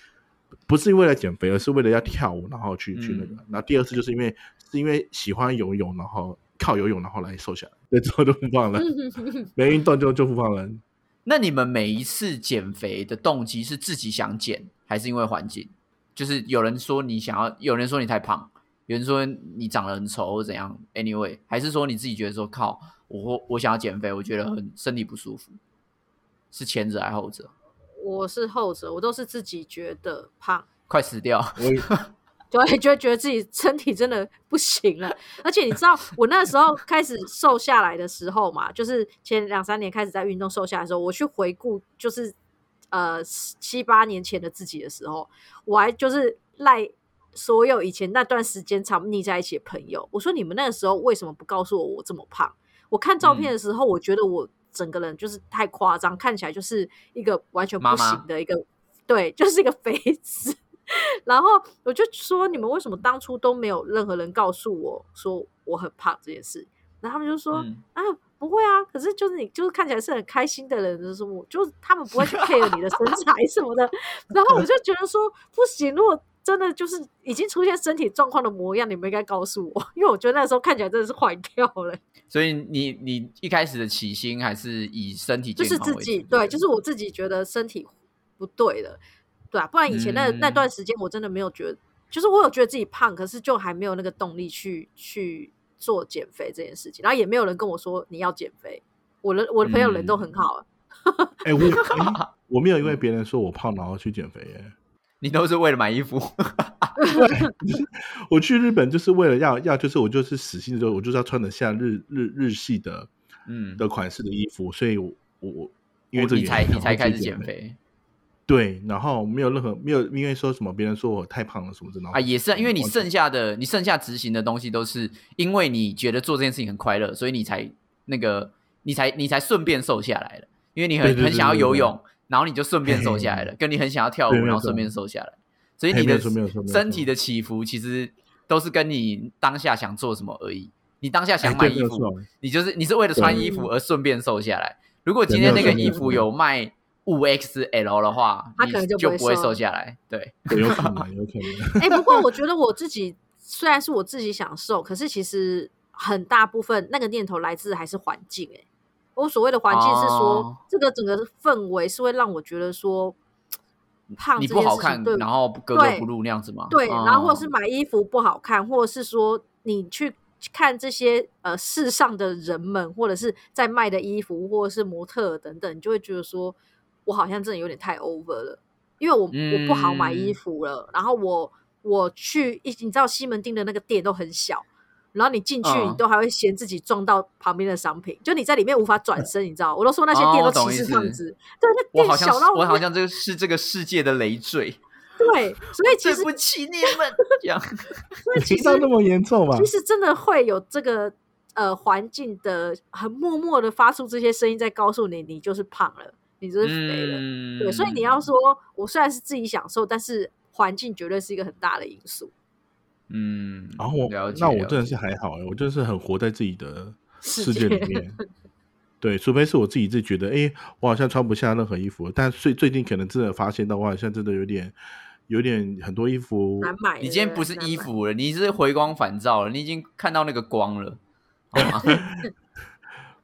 A: 不是为了减肥，而是为了要跳舞，然后去去那个。然后第二次就是因为是因为喜欢游泳，然后靠游泳然后来瘦下来。对，之后就不胖了，
B: 嗯
A: 没运动就就不胖了。
C: 那你们每一次减肥的动机是自己想减，还是因为环境？就是有人说你想要，有人说你太胖，有人说你长得很丑或怎样？Anyway，还是说你自己觉得说靠，我我想要减肥，我觉得很身体不舒服，是前者还是后者？
B: 我是后者，我都是自己觉得胖。
C: 快死掉！
A: 我也
B: 对，就会觉得自己身体真的不行了。而且你知道，我那时候开始瘦下来的时候嘛，就是前两三年开始在运动瘦下来的时候，我去回顾，就是呃七八年前的自己的时候，我还就是赖所有以前那段时间常腻在一起的朋友，我说你们那个时候为什么不告诉我我这么胖？我看照
C: 嗯
B: 片的时候，我觉得我整个人就是太夸张，看起来就是一个完全
C: 妈
B: 不
C: 妈
B: 行的一个，对，就是一个 肥子。然后我就说你们为什么当初都没有任何人告诉我说我很胖这件事？然后他们就说、
C: 嗯，
B: 啊不会啊，可是就是你就是看起来是很开心的人，就是我就是他们不会去 care 你的身材什么的。然后我就觉得说不行，如果真的就是已经出现身体状况的模样，你们应该告诉我，因为我觉得那时候看起来真的是坏掉了。
C: 所以你你一开始的起心还是以身体
B: 就
C: 健
B: 是
C: 康
B: 自
C: 为
B: 己
C: 主
B: 对，就是我自己觉得身体不对了，对啊，不然以前那、那
C: 嗯
B: 段时间我真的没有觉得，就是我有觉得自己胖，可是就还没有那个动力去去做减肥这件事情，然后也没有人跟我说你要减肥，我的我的朋友人都很好、啊，
C: 嗯
A: 哎、我诶我没有因为别人说我胖然后去减肥耶。
C: 你都是为了买衣服，
A: 我去日本就是为了要要，就是我就是死性的，我就是要穿得像日日日系的
C: 嗯，
A: 的款式的衣服，所以我我我因为这个
C: 你才
A: 原因
C: 你才
A: 然后
C: 开
A: 去
C: 始减
A: 肥。
C: 肥
A: 对，然后没有任何没有因为说什么别人说我太胖了什么的，然后哎
C: 啊，也是啊因为你
A: 忘记
C: 剩下的你剩下执行的东西都是因为你觉得做这件事情很快乐，所以你才那个你才你才顺便瘦下来了，因为你很
A: 对对对
C: 很想要
A: 对对
C: 游
A: 对
C: 泳，然后你就顺便瘦下 来了，跟你很想要跳舞，
A: 对没有
C: 然后
A: 错
C: 顺便瘦下来，所以
A: 嘿
C: 你
A: 没
C: 的
A: 有错没有错没有
C: 身体
A: 错
C: 的起伏其实都是跟你当下想做什么而已。你当下
A: 哎
C: 想买
A: 对没
C: 衣
A: 有
C: 服，
A: 错
C: 你就是你是为了穿衣服而顺便瘦下来。如果今天那个衣服有卖五 XL 的话，
B: 它
C: 你
B: 可能就
C: 就
B: 不会
C: 不会
B: 瘦
C: 瘦下来。对，
A: 对有可能有可 能，
B: 哎、不过我觉得我自己虽然是我自己想瘦，可是其实很大部分那个念头来自还是环境、哎，我所谓的环境是说、
C: 哦
B: 这个整个氛围是会让我觉得说胖
C: 你
B: 这
C: 不
B: 件
C: 好
B: 事
C: 看
B: 情对，
C: 然后格格
B: 对
C: 不入那样子吗？
B: 对，
C: 哦
B: 然后或者是买衣服不好看，或者是说你去看这些呃世上的人们，或者是在卖的衣服，或者是模特儿等等，你就会觉得说，我好像真的有点太 over 了，因为我、我不好买衣
C: 嗯
B: 服了，然后我我去一你知道西门町的那个店都很小。然后你进去，你
C: 嗯
B: 都还会嫌自己撞到旁边的商品，就你在里面无法转身，你知道？我都说那些
C: 哦
B: 店都
C: 我懂
B: 歧
C: 意
B: 视
C: 思
B: 胖子，对，那
C: 我
B: 店
C: 好像
B: 小到
C: 我好像这个是这个世界的累赘，
B: 对，所以 其
C: 对
B: 实
C: 不起你 们。这样，
A: 没到那么严重吧
B: 其？实真的会有这个呃环境的很默默的发出这些声音，在告诉你，你就是胖了，你就是肥了。
C: 嗯
B: 对，所以你要说，我虽然是自己享受，但是环境绝对是一个很大的因素。
C: 嗯，
A: 然后我
C: 了解
A: 那我
C: 了
A: 真的
C: 解
A: 是还好欸，我真的是很活在自己的
B: 世
A: 世界
B: 界
A: 里面。对，除非是我自己自己觉得，哎，我好像穿不下任何衣服，但最最近可能真的发现到，我好像真的有点有点很多衣服
B: 难买的，
C: 你今天不是
B: 难
C: 衣
B: 买，
C: 服了，你是回光返照了，你已经看到那个光了，好吗？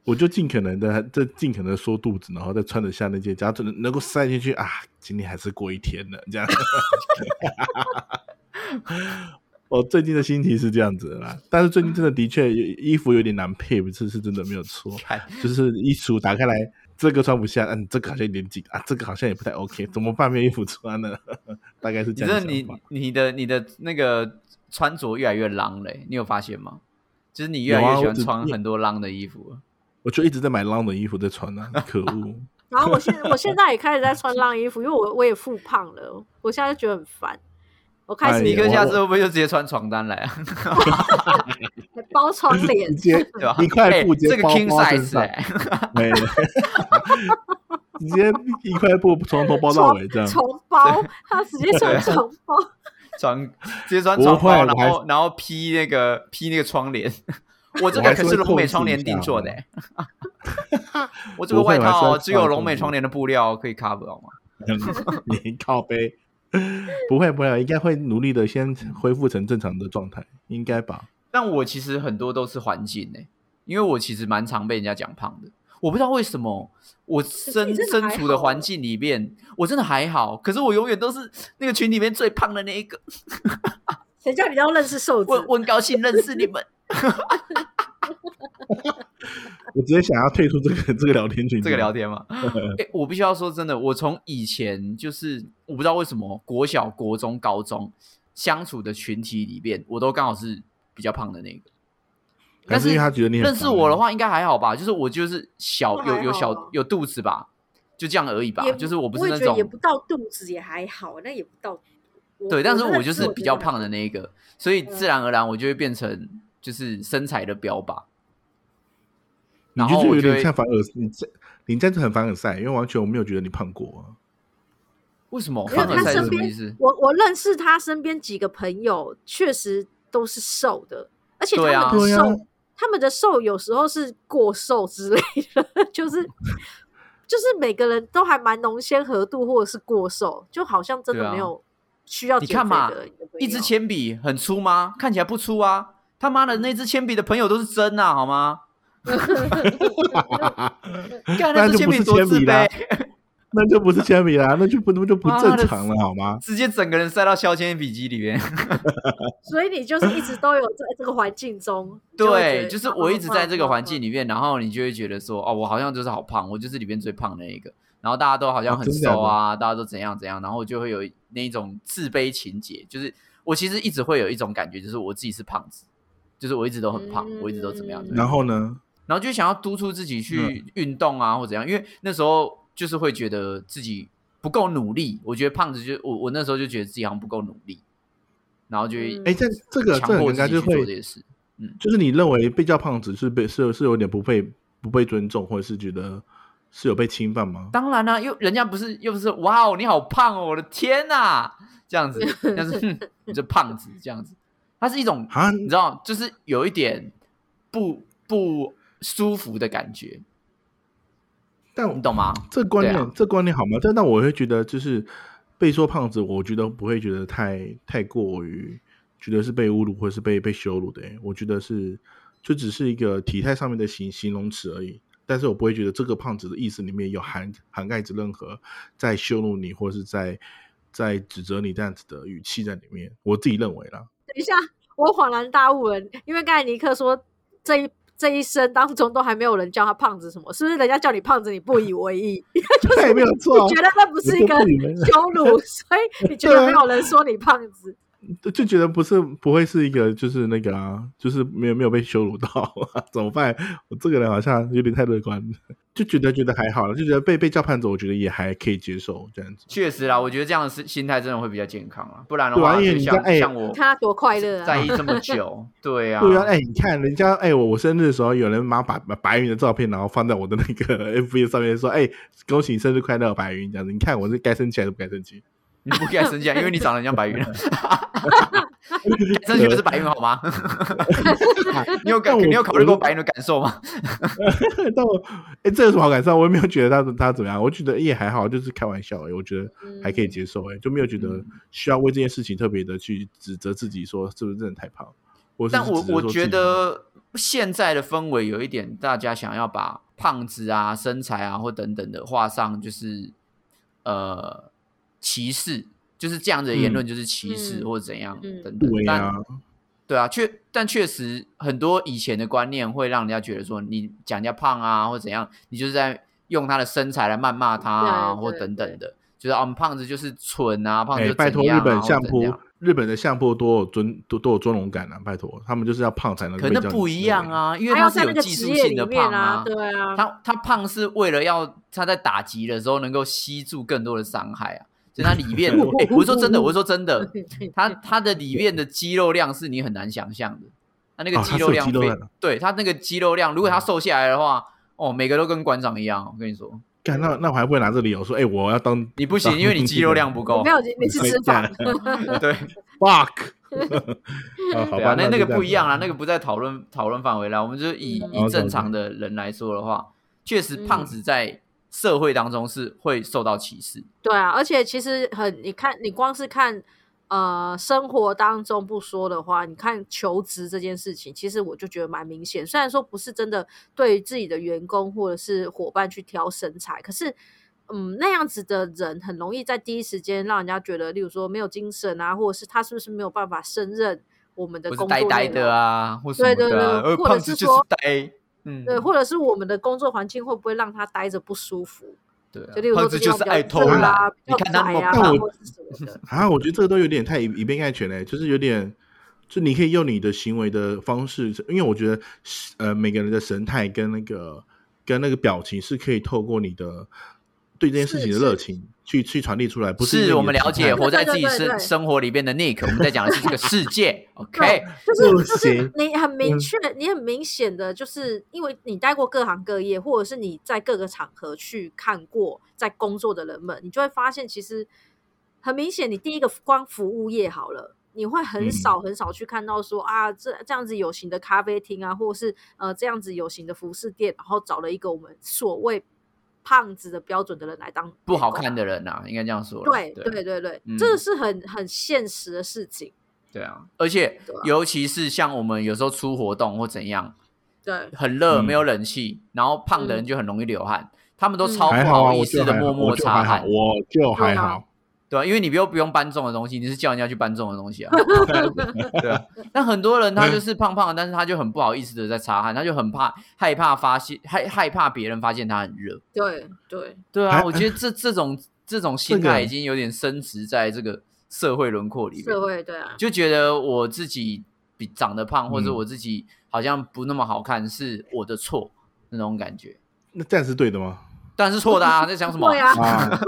A: 我就尽可能的，这尽可能地缩肚子，然后再穿得下那件，只要真的能够塞进去啊，今天还是过一天的这样。 我最近的心情是这样子的啦，但是最近真的的确有衣服有点难配，这是真的没有错。
C: 看
A: 就是衣橱打开来，这个穿不下，嗯，这个好像有点紧啊，这个好像也不太 OK，怎么办？没有衣服穿了， 大概是
C: 你
A: 这
C: 真
A: 样
C: 的
A: 的想
C: 你
A: 法。
C: 你的你的那个穿着越来越浪嘞、你有发现吗？就是你越来
A: 有啊
C: 越喜
A: 我
C: 欢
A: 只
C: 穿很多浪的衣服了。
A: 我就一直在买浪的衣服在穿啊，可 恶！
B: 然后我现我现在也开始在穿浪衣服，因为我我也复胖了，我现在就觉得很烦。我开
A: 哎
B: 始
A: 呀
C: 你
A: 有
C: 跟
A: 啊
C: 下
A: 我
C: 次会不会就直接穿床单来啊？
B: 包窗帘
A: 直，接
C: 对吧？
A: 一块
C: 哎
A: 布直
C: 这
A: 接
C: 个
A: 包
C: king
A: 包身
C: size
A: 上，
C: 哎、
A: 没了， 直接一块布从头包到尾这样。
B: 床包，他直接穿床包。
C: 床直接穿
A: 不
C: 床
A: 会
C: 包，然
A: 我还
C: 后然后披那个披那个窗帘。我这
A: 我
C: 个
A: 还
C: 可
A: 是
C: 是
A: 会
C: 龙美
A: 控制
C: 窗
A: 一
C: 帘定
A: 下
C: 做
A: 嘛
C: 的、欸， 我这个
A: 不会
C: 外
A: 我还是
C: 套
A: 会
C: 只
A: 稍微
C: 有龙
A: 控
C: 美
A: 制
C: 窗帘的布料可以 cover 好吗？
A: 你靠背， 不会不会，应该会努力的先恢复成正常的状态，应该吧？
C: 但我其实很多都是环境诶、因为我其实蛮常被人家讲胖的。我不知道为什么，我身
B: 你真的
C: 身
B: 还
C: 处的
B: 好
C: 环
B: 欸
C: 境里面，我真的还好。可是我永远都是那个群里面最胖的那一个。
B: 谁叫你要认识瘦子？
C: 我我很高兴认识你们。
A: 我直接想要退出这个这个聊天群，
C: 这个聊天 嘛。诶我必须要说真的，我从以前就是我不知道为什么国小、国中、高中相处的群体里边，我都刚好是比较胖的那个。
A: 还
C: 但
A: 是因为他觉得你很啊
C: 认识
A: 烦
C: 我的话，应该还好吧？就是我就是小
B: 那
C: 有
B: 还
C: 有
A: 哦
B: 好啊
C: 小有肚子吧，就这样而已吧
B: 也。
C: 就是我不
B: 我也
C: 是那
B: 觉得
C: 种
B: 也不到肚子也还好，那也不到。我
C: 对，但是
B: 真的啊
C: 我就是
B: 自
C: 比较
B: 觉得
C: 胖的那一个，所以自然而然我就会变成就是身材的标靶。
A: 啊你
C: 然
A: 就
C: 后
A: 是
C: 我
A: 有
C: 就
A: 点
C: 会
A: 像凡尔，你这你这样子很凡尔赛，因为完全我没有觉得你胖过啊。
C: 为什么
B: 没有
C: 凡尔
A: 他
C: 赛是
A: 身
C: 什么
B: 边
C: 意思？
B: 我我认识他身边几个朋友，确实都是瘦的，而且他
C: 对啊
B: 们的
A: 对啊
B: 瘦，他们的瘦有时候是过瘦之类的， 就是就是每个人都还蛮浓鲜合度，或者是过瘦，就好像真
C: 对
B: 的
C: 啊
B: 没有需要
C: 你
B: 减
C: 看
B: 肥
C: 嘛
B: 的人也不
C: 一支
B: 要
C: 铅笔很粗吗？看起来不粗啊！他妈的，那支铅笔的朋友都是真啊，好吗？干
A: 那
C: 那支
A: 就
C: 铅
A: 不
C: 笔
A: 是
C: 多
A: 铅
C: 自
A: 笔啦
C: 卑，，
A: 那就不是铅笔啦，那就不那就不
C: 妈
A: 正
C: 的
A: 常了，好吗？
C: 直接整个人塞到削铅笔机里面。
B: 所以你就是一直都有在这个 环境中，你就会觉
C: 对，
B: 得
C: 就是
B: 啊
C: 我一直
B: 胖
C: 在这个
B: 胖
C: 环
B: 胖
C: 境里面，然后你就会觉得说，哦，我好像就是好胖，我就是里面最胖的那一个。然后大家都好像
A: 哦
C: 很
A: 真的假的
C: 瘦啊，大家都怎样怎样，然后我就会有那一种自卑情节，就是我其实一直会有一种感觉，就是我自己是胖子，就是我一直都很胖，我一直都怎么样怎么样。
A: 然后呢？
C: 然后就想要督促自己
A: 嗯
C: 去运动啊，或怎样，因为那时候就是会觉得自己不够努力。我觉得胖子就我我那时候就觉得自己好像不够努力，然后就会
B: 嗯
A: 哎，这这个
C: 强
A: 这个
C: 迫
A: 应
C: 自
A: 该
C: 己
A: 就
C: 去做这
A: 会，
C: 些事。
A: 就是你认为被叫胖子是被是是有点不被不被尊重，或者是觉得是有被侵犯吗？
C: 当然啦、又人家不是又不是哇哦，你好胖哦，我的天呐、这 样子，但是哼你这胖子这样子，它是一种
A: 啊，
C: 你知道，就是有一点不不舒服的感觉，
A: 但
C: 你懂吗？
A: 这观念、
C: 对啊
A: 这观念好吗？但但我会觉得就是被说胖子，我觉得不会觉得太太过于觉得是被侮辱或是被被羞辱的、欸，我觉得是就只是一个体态上面的形形容词而已。但是我不会觉得这个胖子的意思里面有涵涵盖着任何在羞辱你或是在在指责你这样子的语气在里面。我自己认为 啦，
B: 等一下，我恍然大悟了，因为刚才尼克说这一这一生当中都还没有人叫他胖子什么，是不是人家叫你胖子你不以为意，你
A: 对，没有错啊，
B: 觉得那不是一个
A: 我就不以为啊
B: 羞辱， 所以你觉得没有人说你胖子，
A: 就觉得不是不会是一个就是那个啊，就是没有没有被羞辱到、啊， 怎么办？我这个人好像有点太乐观了，就觉得觉得还好了，就觉得被被叫胖子，我觉得也还可以接受这样子。
C: 确实啦，我觉得这样的心心态真的会比较健康啊，不然的
A: 对啊
C: 话，
A: 因为
C: 就
A: 你
C: 像、
A: 在哎
C: 像我
B: 看他多快乐
C: 在
B: 啊！
C: 意这么 久，对啊，
A: 对啊，哎、你看人家，哎、我我生日的时候，有人妈把把白云的照片，然后放在我的那个 FB 上面，说，哎、恭喜你生日快乐，白云这样子。你看我是该生气还是不该生气？
C: 你不该生气啊，因为你长得很像 白云啊，生气不是白云好吗？你有
A: 但
C: 感，
A: 我
C: 你有考虑过白云的感受吗？
A: 但我，哎、这有什么好感受？我也没有觉得他他怎么样，我觉得也还好，就是开玩笑而已。我觉得还可以接受、欸，哎，就没有觉得
C: 嗯
A: 需要为这件事情特别的去指责自己，说是不是真的太胖，或是
C: 但我
A: 指责
C: 我
A: 说
C: 觉
A: 自己胖
C: 得现在的氛围有一点，大家想要把胖子啊、身材啊或等等的画上就是呃歧视，就是这样的言论就是歧视、
B: 嗯
C: 或者怎样、
B: 嗯
C: 等等。
A: 对啊
C: 但，对啊，确但确实很多以前的观念会让人家觉得说，你讲人家胖啊或怎样，你就是在用他的身材来谩骂他啊，
B: 对
C: 或
B: 对
C: 等等的，就是啊，我们胖子就是蠢啊，胖子
A: 哎、
C: 就
A: 拜
C: 怎
A: 托
C: 样
A: 日
C: 啊
A: 本
C: 或
A: 相
C: 怎
A: 扑
C: 样，
A: 日本的相扑多有尊多多有尊荣感啊！拜托，他们就是要胖才能
C: 可
A: 被
C: 那
A: 叫
C: 不
A: 你
C: 一
A: 那
C: 样
A: 个。哦
C: 啊，因为
B: 还
C: 他
B: 要
C: 是
B: 在
C: 有
B: 那个
C: 技
B: 职
C: 术
B: 业
C: 性
B: 里
C: 的
B: 面
C: 胖
B: 啊，对啊，
C: 他他胖是为了要他在打击的时候能够吸住更多的伤害啊，所以他里 面，哎、我是说真的，我是说 真的，他他的里面的肌肉量是你很难想象的，他那个
A: 哦
C: 肌
A: 它是
C: 肉
A: 有
C: 量
A: 肌肉
C: 非，
A: 量的
C: 对他那个肌肉量，
A: 嗯
C: 如果他瘦下来的话，哦，每个都跟馆长一样，我跟你说，
A: 干那那我还不会拿这理由说，哎、我要当
C: 你 不行，因为你肌肉量不
B: 你
C: 够
B: 没，有你是脂肪，
C: 对
A: fuck 啊，好
C: 对
A: 吧，
C: 啊，那
A: 就
C: 那个
A: 这样
C: 不一样
A: 吧
C: 啦，那个不在讨论讨论范围啦，我们就是以
B: 嗯
C: 以
A: OK，OK
C: 正常的人来说的话，确实
B: 嗯
C: 胖子在社会当中是会受到歧视。
B: 对啊，而且其实很，你看，你光是看，呃，生活当中不说的话，你看求职这件事情，其实我就觉得蛮明显。虽然说不是真的对自己的员工或者是伙伴去挑身材，可是，嗯，那样子的人很容易在第一时间让人家觉得，例如说没有精神啊，或者是他是不是没有办法胜任我们的
C: 不
B: 工
C: 是
B: 作
C: 呆呆
B: 内
C: 的
B: 容
C: 啊，或什么
B: 对对
C: 的、啊，
B: 对
C: 呃
B: 或者
C: 胖子
B: 是
C: 就是
B: 说
C: 呆，嗯，
B: 对，或者是我们的工作环境会不会让他待着不舒服？
C: 对啊
B: 就例如
C: 胖
B: 说
C: 子
B: 这
C: 就
B: 样
C: 是
B: 比较
C: 爱偷
B: 正
C: 懒哦
B: 啊，，比
C: 你
B: 较
C: 看他那么
B: 宅啊，
A: 但我
C: 胖，
B: 或者是什么的。
A: 啊，我觉得这个都有点太以以偏概全嘞，就是有点，就你可以用你的行为的方式，因为我觉得，呃，每个人的神态跟那个跟那个表情是可以透过你的对这件事情的热情去去传递出来，不因为
C: 是
A: 你
C: 我们
A: 的
C: 了
A: 体态
C: 解活在自己
B: 对对对
C: 生
B: 对
C: 生活里面的 Nick，我们在讲的是这个世界 ，OK，
B: 对
A: 不
B: 就是就是
A: 行
B: 你很明
A: 嗯
B: 确，你很明显的就是因为你待过各行各业，或者是你在各个场合去看过在工作的人们，你就会发现其实很明显，你第一个光服务业好了。你会很
A: 嗯
B: 少很少去看到说、啊，这这样子有形的咖啡厅啊，或者是呃这样子有形的服饰店，然后找了一个我们所谓胖子的标准的人来当
C: 不好看的人啊，应该这样说啦。
B: 对
C: 对
B: 对对对，
C: 嗯
B: 这个是很很现实的事情。
C: 对啊，而且
B: 对啊
C: 尤其是像我们有时候出活动或怎样，
B: 对，
C: 很热，
A: 嗯
C: 没有冷气，然后胖的人
B: 嗯
C: 就很容易流汗，他们都
B: 嗯
C: 超不
A: 还好啊，
C: 好意
A: 我
C: 思
A: 就
C: 的
A: 还好，
C: 默默
A: 我就还
C: 擦
A: 好，
C: 汗，
A: 我就还
B: 对啊
A: 好。
C: 对啊，因为你不用不用搬重的东西，你是叫人家去搬重的东西啊，对啊。那很多人他就是胖胖的，但是他就很不好意思的在擦汗，他就很怕害怕发现害害怕别人发现他很热，
B: 对对，
C: 对啊，
A: 还
C: 我觉得这这种这种心
A: 这个
C: 态已经有点深植在这个社会轮廓里面，
B: 社会对啊，
C: 就觉得我自己比长得胖，或者
A: 嗯
C: 我自己好像不那么好看，是我的错那种感觉。
A: 那这样是对的 吗？
C: 但是错的 啊，在想什么？
B: 对啊，
A: 啊，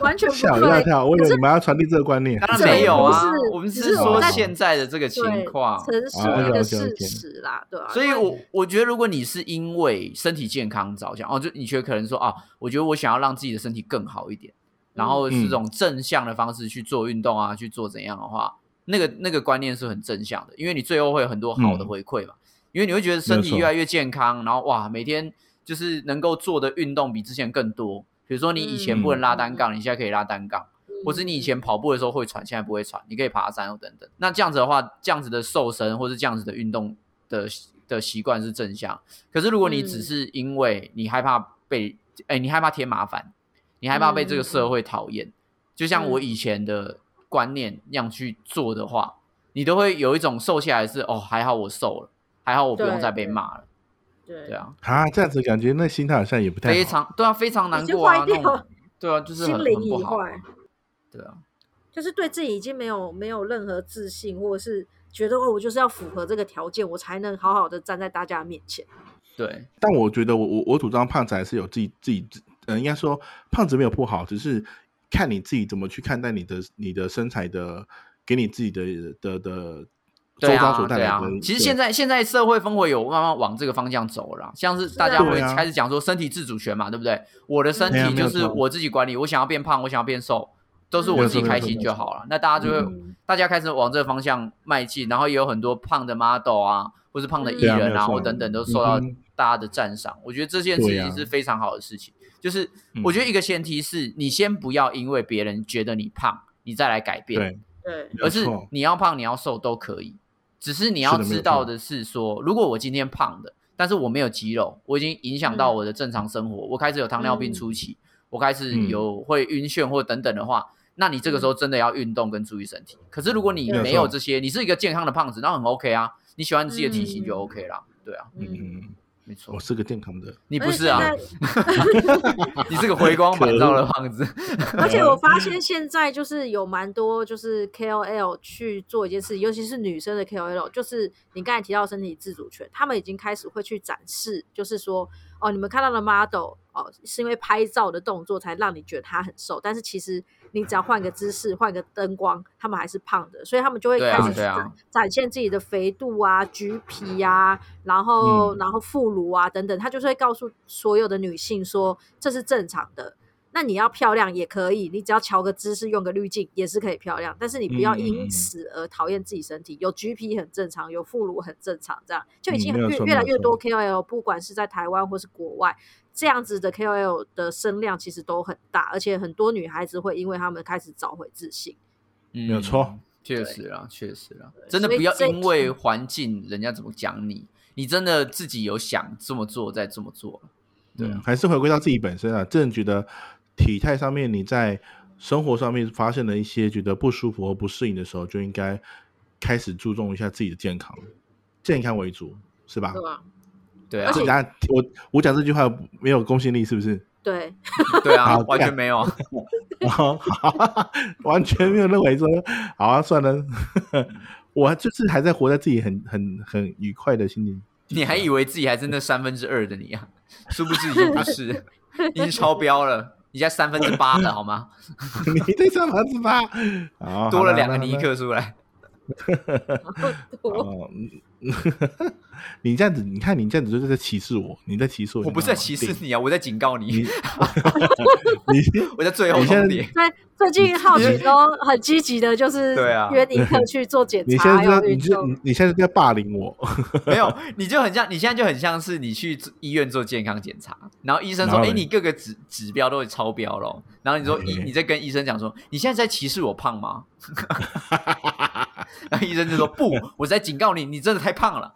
B: 完全不
A: 吓我一大
B: 对。
A: 跳，我以为你们要传递这个观念。
C: 当然没有啊
B: 这个不，是
C: 我们
B: 只
C: 是
A: 是我
C: 说
A: 在
C: 现在的这个情
B: 对
C: 况。
B: 陈述
A: 啊
B: 一个
A: ，OK，OK，OK
B: 事实啦，对啊，
C: 所以
B: 因为
C: 我我觉得，如果你是因为身体健康着想，哦，就你觉得可能说啊，我觉得我想要让自己的身体更好一点，然后
A: 嗯
C: 是这种正向的方式去做运动啊，去做怎样的话，那个那个观念是很正向的，因为你最后会有很多好的
A: 嗯
C: 回馈嘛，因为你会觉得身体
A: 没错
C: 越来越健康，然后哇，每天就是能够做的运动比之前更多，比如说你以前不
A: 嗯
C: 能拉单杠，你现在可以拉单杠。或是你以前跑步的时候会喘，现在不会喘，你可以爬山或等等。那这样子的话，这样子的瘦身或是这样子的运动的的习惯是正向。可是如果你
B: 嗯
C: 只是因为你害怕被，哎、你害怕添麻烦，你害怕被这个
B: 嗯
C: 社会讨厌，就像我以前的观念那样去做的话，你都会有一种瘦下来是哦，还好我瘦了，还好我不用
B: 对
C: 再被
B: 对
C: 骂了，
B: 对
C: 对，啊，
A: 啊，这样子感觉那心态好像也不太好
C: 非常对啊，非常难
B: 已经
C: 过
B: 坏，
C: 啊那
B: 掉
C: 种
B: 了
C: 对啊，就是很
B: 心
C: 很
B: 灵
C: 不
B: 已
C: 好啊，
B: 坏，
C: 对啊。
B: 就是对自己已经没有没有任何自信，或者是觉得哦，我就是要符合这个条件，我才能好好的站在大家的面前。
C: 对，
A: 但我觉得我我我主张胖子还是有自己自己，呃，应该说胖子没有不好，只是看你自己怎么去看待你的你的身材的，给你自己的的的
C: 对
A: 周
C: 啊，
A: 遭所带
C: 对
A: 来
C: 啊
A: 的。
C: 其实现
A: 在
C: 在现在社会氛围有慢慢往这个方向走了啦，像是
B: 是
C: 大家
B: 啊
C: 会
A: 对啊
C: 开始讲说身体自主权嘛，对不对？我的身
A: 对啊
C: 体
A: 没
C: 就
A: 有
C: 是
A: 错
C: 我自己管理，我想要变胖，我想要变瘦，都是
B: 嗯
C: 我自己
A: 没有错
C: 开
A: 没有
C: 心
A: 错
C: 就好了。那大家就会
B: 嗯
C: 大家开始往这个方向迈进，然后也有很多胖的 model 啊，或是胖的艺
B: 对啊
C: 人
A: 没有
C: 啊，
A: 错
C: 或等等都受
A: 嗯
C: 到
A: 哼
C: 大家的赞赏。我觉得这件事
A: 对啊嗯
C: 情是非常好的事情，就是我觉得一个前提是你先不要因为别人觉得你胖，你再来改变。
A: 对，
B: 对
A: 没有
C: 而是
A: 错
C: 你要胖你要瘦都可以，只是你要知道的是说，如果我今天胖的，但是我没有肌肉，我已经影响到我的正常生活，我开始有糖尿病初期，我开始
A: 嗯
C: 有会晕眩或等等的话，那你这个时候真的要运动跟注意身体。可是如果你
A: 没有
C: 没有
A: 错
C: 这些，你是一个健康的胖子，那很 OK 啊，你喜欢你自己的体型就
B: 嗯
C: OK 啦。对啊，
B: 嗯，
A: 嗯，
C: 没错
A: 我，是个健康的，
C: 你
B: 而
C: 不
B: 且
C: 是啊
B: 现，在
C: 你是个回光返 照的胖子。
B: 而
C: 嗯
B: 且我发现现在就是有蛮多就是 KOL 去做一件事，尤其是女生的 KOL，就是你刚才提到身体自主权，他们已经开始会去展示，就是说哦，你们看到的 model 哦，是因为拍照的动作才让你觉得她很瘦，但是其实你只要换个姿势、换个灯光，他们还是胖的，所以他们就会
C: 对啊
B: 开始去
C: 对啊
B: 展、展现自己的肥度啊、橘皮啊，然后、
A: 嗯
B: 然后副乳啊等等，他就是会告诉所有的女性说这是正常的。那你要漂亮也可以，你只要调个姿势、用个滤镜也是可以漂亮，但是你不要
A: 嗯嗯
B: 因
A: 嗯
B: 此而讨厌自己身体。有橘皮很正常，有副乳很正常，这样就已
A: 嗯
B: 经
A: 没有
B: 越
A: 错
B: 越来
A: 没有
B: 越多
A: 错
B: KOL，不管是在台湾或是国外，这样子的 KOL 的声量其实都很大，而且很多女孩子会因为他们开始找回自信。
C: 没
A: 有错，
C: 确实啦，确实啦，真的
B: 所以嗯
C: 不要
B: 这
C: 因为环境人家怎么讲你，你真的自己有想这么做再这么做。对啊
A: 嗯，还是回归到自己本身啊。真的觉得体态上面，你在生活上面发现了一些觉得不舒服或不适应的时候，就应该开始注重一下自己的健康，健康为主，是吧？
B: 对吧？
C: 对啊
B: 而，且
A: 大家，我我讲这句话没有公信力，是不 是？
B: 对，
C: 对啊，
A: 好
C: 完全没有。
A: 哦好，完全没有认为说，好啊，算了， 我就是还在活在自己很很很愉快的 心情。
C: 你还以为自己还是那三分之二的你啊？殊不知已经不是，已经超标了，你现在三分之八了好吗？
A: 你这三房子吧，好
C: 多了两个
A: 好
C: 尼克出来。
B: 多
A: 哦，嗯 你这样子，你看你这样子就是在歧视我，你在歧视我，
C: 我不是在歧视你啊，我在警告
A: 你
C: 你，
A: 知道吗，你
C: 我在最后
A: 你现在
C: 通牒。
B: 对，最近好奇都很积极的，就是
C: 对啊
B: 约尼克去做检
A: 你你现
B: 查，
A: 在
B: 还
A: 就在
B: 有
A: 你
B: 运
A: 就
B: 动
A: 你。你现在就在霸凌我，
C: 没有，你就很像，你现在就很像是你去医院做健康检查，然后医生说，
A: 然后
C: 哎，
A: 嘞
C: 你各个指指标都超标了，然后你说
A: 嗯
C: 医，你在跟医生讲说，你现在在歧视我胖吗？然后医生就说不，我是在警告你，你真的太胖了，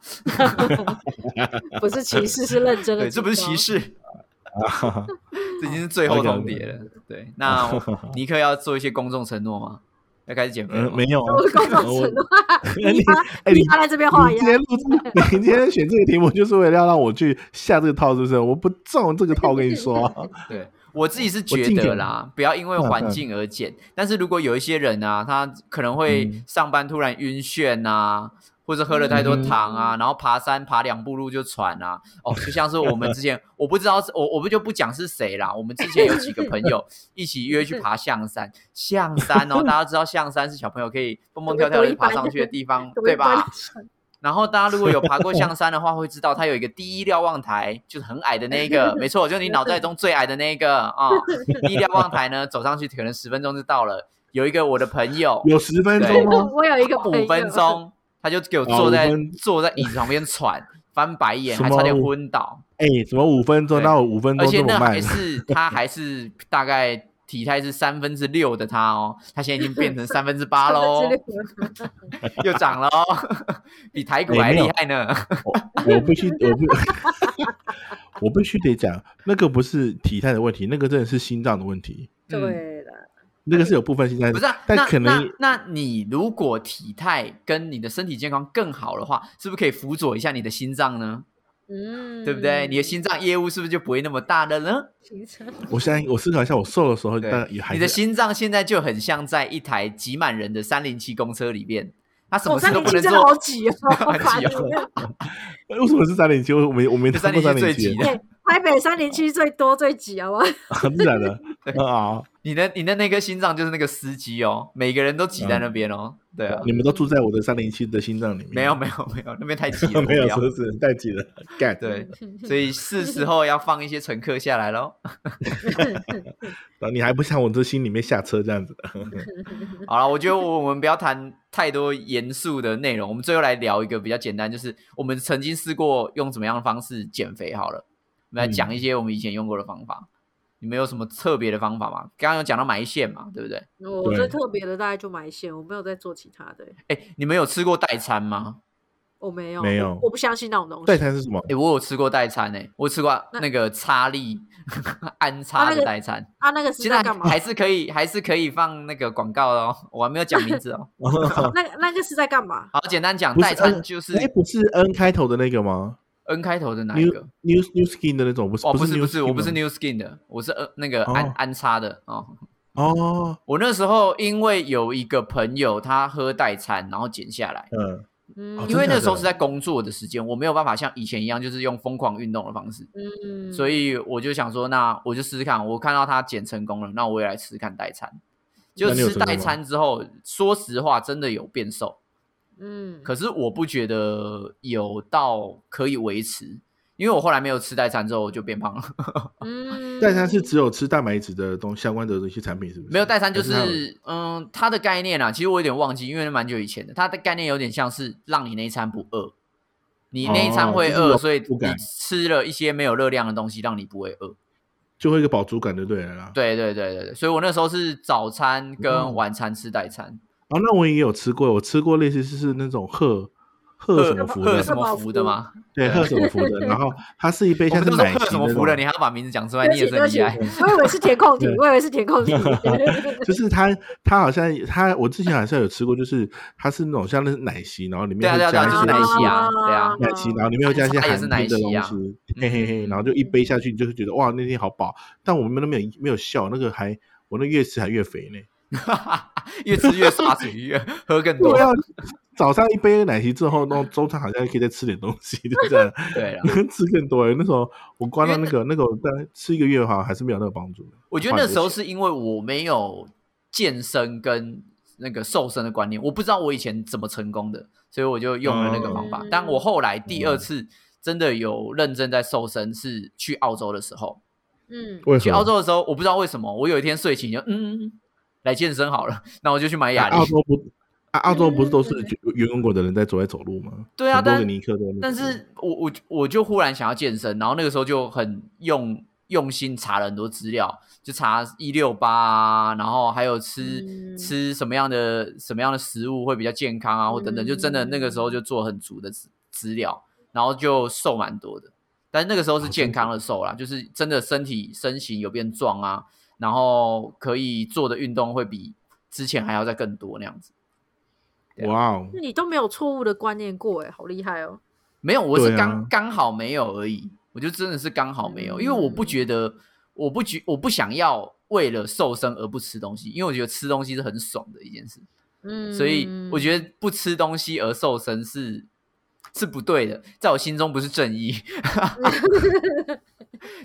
B: 不是歧视，是认 真的。
C: 对，这不是歧。视，这已经是最后通牒了。对， 那啊我尼克要做一些公众承诺吗？要开始减肥
A: 嗯，
C: 了吗？
A: 没有啊
B: 我，公众
A: 我
B: 承诺，
A: 你哎
B: 你
A: 你
B: 他在这边 画
A: 你
B: 押
A: 今，天录制，你今天选这个题目就是为了要让我去下这个套，是不是？我不中这个套，我跟你说，啊
C: 对我自己是觉
A: 尽可
C: 得
A: 能
C: 啦，不要因为环境而减。但是如果有一些人啊，他可能会
A: 嗯
C: 上班突然晕眩啊，或者喝了太多糖啊，然后爬山爬两步路就喘啊。哦，就像是我们之前，我不知道是我我不就不讲是谁啦。我们之前有几个朋友一起约去爬象山，象山哦，大家知道象山是小朋友可以蹦蹦跳跳
B: 多一
C: 的爬
B: 班
C: 上去的地方，
B: 多一
C: 对吧
B: 班？
C: 然后大家如果有爬 过象山的话，会知道它有一个第一瞭望台，就是很矮的那 一个，没错，就是你脑袋中最矮的那一个啊。第一瞭望台呢，走上去可能十分钟就到了。有一个我的朋友，
A: 有十分钟
C: 对
A: 吗？
B: 我有一个朋友
C: 哦五分，钟他就给我
A: 啊
C: 坐
A: 五
C: 在
A: 分
C: 坐在椅子旁边喘，翻白眼，
A: 什
C: 还差点
A: 么
C: 昏倒。
A: 哎，怎么五分钟？
C: 对
A: 那我五分
C: 而
A: 钟
C: 且
A: 这么
C: 那还
A: 慢？
C: 是他还是大概体态是三分之六的他哦，他现在已经变成三分之八喽，又长了哦， 比台股
A: 哎
C: 还
A: 没有
C: 厉害呢。
A: 我我必须，我不， 我必须得讲，那个不是体态的问题，那个真的是心脏的问题，
C: 嗯
B: 对了，
A: 那个是有部分心脏，
C: 不是、啊，
A: 但
C: 那
A: 可能
C: 那那你如果体态跟你的身体健康更好的话，是不是可以辅佐一下你的心脏呢？
B: 嗯，
C: 对不对？你的心脏业务是不是就不会那么大了呢？
B: 形 成
A: 我现在我思考一下，我瘦的时候，
C: 对
A: 但也还
C: 你的
A: 是
C: 心脏现在就很像在一台挤满人的三零七公车里面，它什
B: 我
C: 么事
B: 三
C: 都
B: 零
C: 不
B: 七
C: 能
B: 真的好
C: 做。
B: 挤哦，
C: 好
B: 好
C: 挤
B: 烦
C: 哦
B: 哦。
A: 哎为什么是三零七？我没我没
C: 这
A: 看过
C: 307
A: 三
C: 是最
A: 零
C: 急
A: 七
C: 的，
B: 哎台北三零七最多最挤，好不好？
A: 自然的
C: 对
A: 啊！
C: 你的你的那颗心脏就是那个司机哦，每个人都挤
A: 嗯
C: 在那边哦。对啊，
A: 你们都住在我的三零七的心脏里面，
C: 没有没有没有，那边太挤了，
A: 没有
C: 我不
A: 手
C: 要
A: 指太挤 了，干
C: 对，所以是时候要放一些乘客下来喽。
A: 然后你还不想我这心里面下车这样子，
C: 好了，我觉得我我们不要谈太多严肃的内容，我们最后来聊一个比较简单，就是我们曾经试过用怎么样的方式减肥好了。我们来
A: 嗯
C: 讲一些我们以前用过的方法，你们有什么特别的方法吗？刚刚有讲到埋线嘛，对不对？
B: 我
A: 对
B: 最特别的大概就埋线，我没有在做其他的，
C: 哎，你们有吃过代餐吗？
B: 我没有，
A: 没有
B: 我我不相信那种东西。
A: 代餐是什么？
C: 哎，我有吃过代餐哎、我吃过那个插力 安插的代餐，
B: 啊，那个是
C: 现
B: 在
C: 在
B: 干嘛？
C: 还是可以，还是可以放那个广告的哦。我还没有讲名字哦。
B: 那个那个是在干嘛？
C: 好，简单讲，
A: 不是
C: 代餐
A: 嗯
C: 就是
A: 哎，不是 N 开头的那个吗
C: N 开头的哪一
A: ？New
C: 个？
A: New New Skin 的那种，不是
C: 哦，不
A: 是
C: 是不是，我
A: Skin
C: 不是
A: 吗
C: New Skin 的，我是呃那个安、
A: 哦
C: 安插的哦。
A: 哦，
C: 我那时候因为有一个朋友他喝代餐，然后减下来，
A: 嗯，
B: 嗯，
A: 哦
C: 因为
A: 真的假
C: 那
A: 的
C: 时候是在工作的时间，我没有办法像以前一样就是用疯狂运动的方式，
B: 嗯，
C: 所
B: 以
C: 以我就想说，那我就试试看。我看到他减成功了，那我也来吃吃看代餐。就
A: 那你有
C: 吃
A: 成功
C: 代餐之后，说实话真的有变瘦，
B: 嗯，
C: 可是我不觉得有到可以维持，因为我后来没有吃代餐之后我就变胖了。
B: 嗯，
A: 代餐是只有吃蛋白质的东相关的一些产品，是不是？
C: 没有代餐就
A: 还它有
C: 是，嗯，它的概念啊，其实我有点忘记，因为蛮久以前的。它的概念有点像是让你那一餐不饿，你那一餐
A: 哦
C: 会
A: 就是
C: 饿，
A: 有
C: 所以
A: 不
C: 你
A: 敢
C: 吃了一些没有热量的东西，让你不会饿。
A: 就会有一个饱足感就对了啦。
C: 对对对对对，所以我那时候是早餐跟
A: 嗯
C: 晚餐吃代餐，
A: 哦，那我也有吃过，我吃过类似是是那种贺贺什么福
C: 喝
A: 的，
C: 什么福的吗？
A: 对，贺什么福 的，然后它是一杯
C: 我
A: 像是
C: 们都说
A: 奶昔
C: 喝什么
A: 那
C: 福的，
A: 种
C: 你还要把名字讲出来，
B: 对不
C: 你
B: 起
C: 也
B: 对不
C: 真
B: 起，
C: 厉害。
B: 我以为是填空题，
A: 对
B: 我以为是填空题。
A: 就是它，它好像它，我之前好像有吃过，就是它是那种像那是奶昔，然后里面
C: 对啊
A: 会
C: 对
A: 加
C: 啊
A: 一
C: 对啊
A: 些
C: 奶昔啊对啊
A: 奶昔，然后里面会加一些
C: 它也
A: 含
C: 是
A: 冰
C: 奶
A: 的
C: 昔
A: 东
C: 啊
A: 西，嘿嘿嘿，
C: 嗯
A: 然后就一杯下去，你就会觉得哇，那天好饱。但我们都没有没有笑，那个还我那越吃还越肥呢。
C: 越吃越刷嘴，越喝更多
A: 我。要啊早上一杯奶昔之后，那中餐好像可以再吃点东西，就这样
C: 对了，
A: 吃更多。欸那时候我关到
C: 因为
A: 那个那个，我大概吃一个月好像还是没有那个帮助的。
C: 我觉得那时候是因为我没有健身跟那个瘦身的观念。我不知道我以前怎么成功的，所以我就用了那个方法。
B: 嗯
C: 但我后来第二次真的有认真在瘦身，是去澳洲的时候。
B: 嗯，
A: 为
C: 去
A: 什
C: 澳
A: 么？
C: 洲的时候，我不知道为什么，我有一天睡醒就嗯， 来健身好了，那我就去买哑
A: 澳
C: 铃。
A: 洲不，啊，澳洲不是都是
B: 嗯
A: 圆滚滚的人在走来走路吗？
C: 对啊，
A: 很多
C: 但
A: 个尼克的那个，
C: 但是我我我就忽然想要健身，然后那个时候就很用用心查了很多资料，就查一六八啊，然后还有吃、
B: 嗯
C: 吃什么样的什么样的食物会比较健康啊，或等等，就真的那个时候就做很足的资资料，然后就瘦蛮多的。但是那个时候是健康的瘦啦，就是真的身体身形有变壮啊，然后可以做的运动会比之前还要再更多那样子。
A: 哇哦，
B: 你都没有错误的观念过，哎，好厉害哦。
C: 没有，我是
A: 对啊
C: 刚刚、好没有而已。我就真的是刚好没有，因为我不觉得，我不觉，我不想要为了瘦身而不吃东西，因为我觉得吃东西是很爽的一件事，
B: 嗯，
C: 所以我觉得不吃东西而瘦身是是不对的，在我心中不是正义，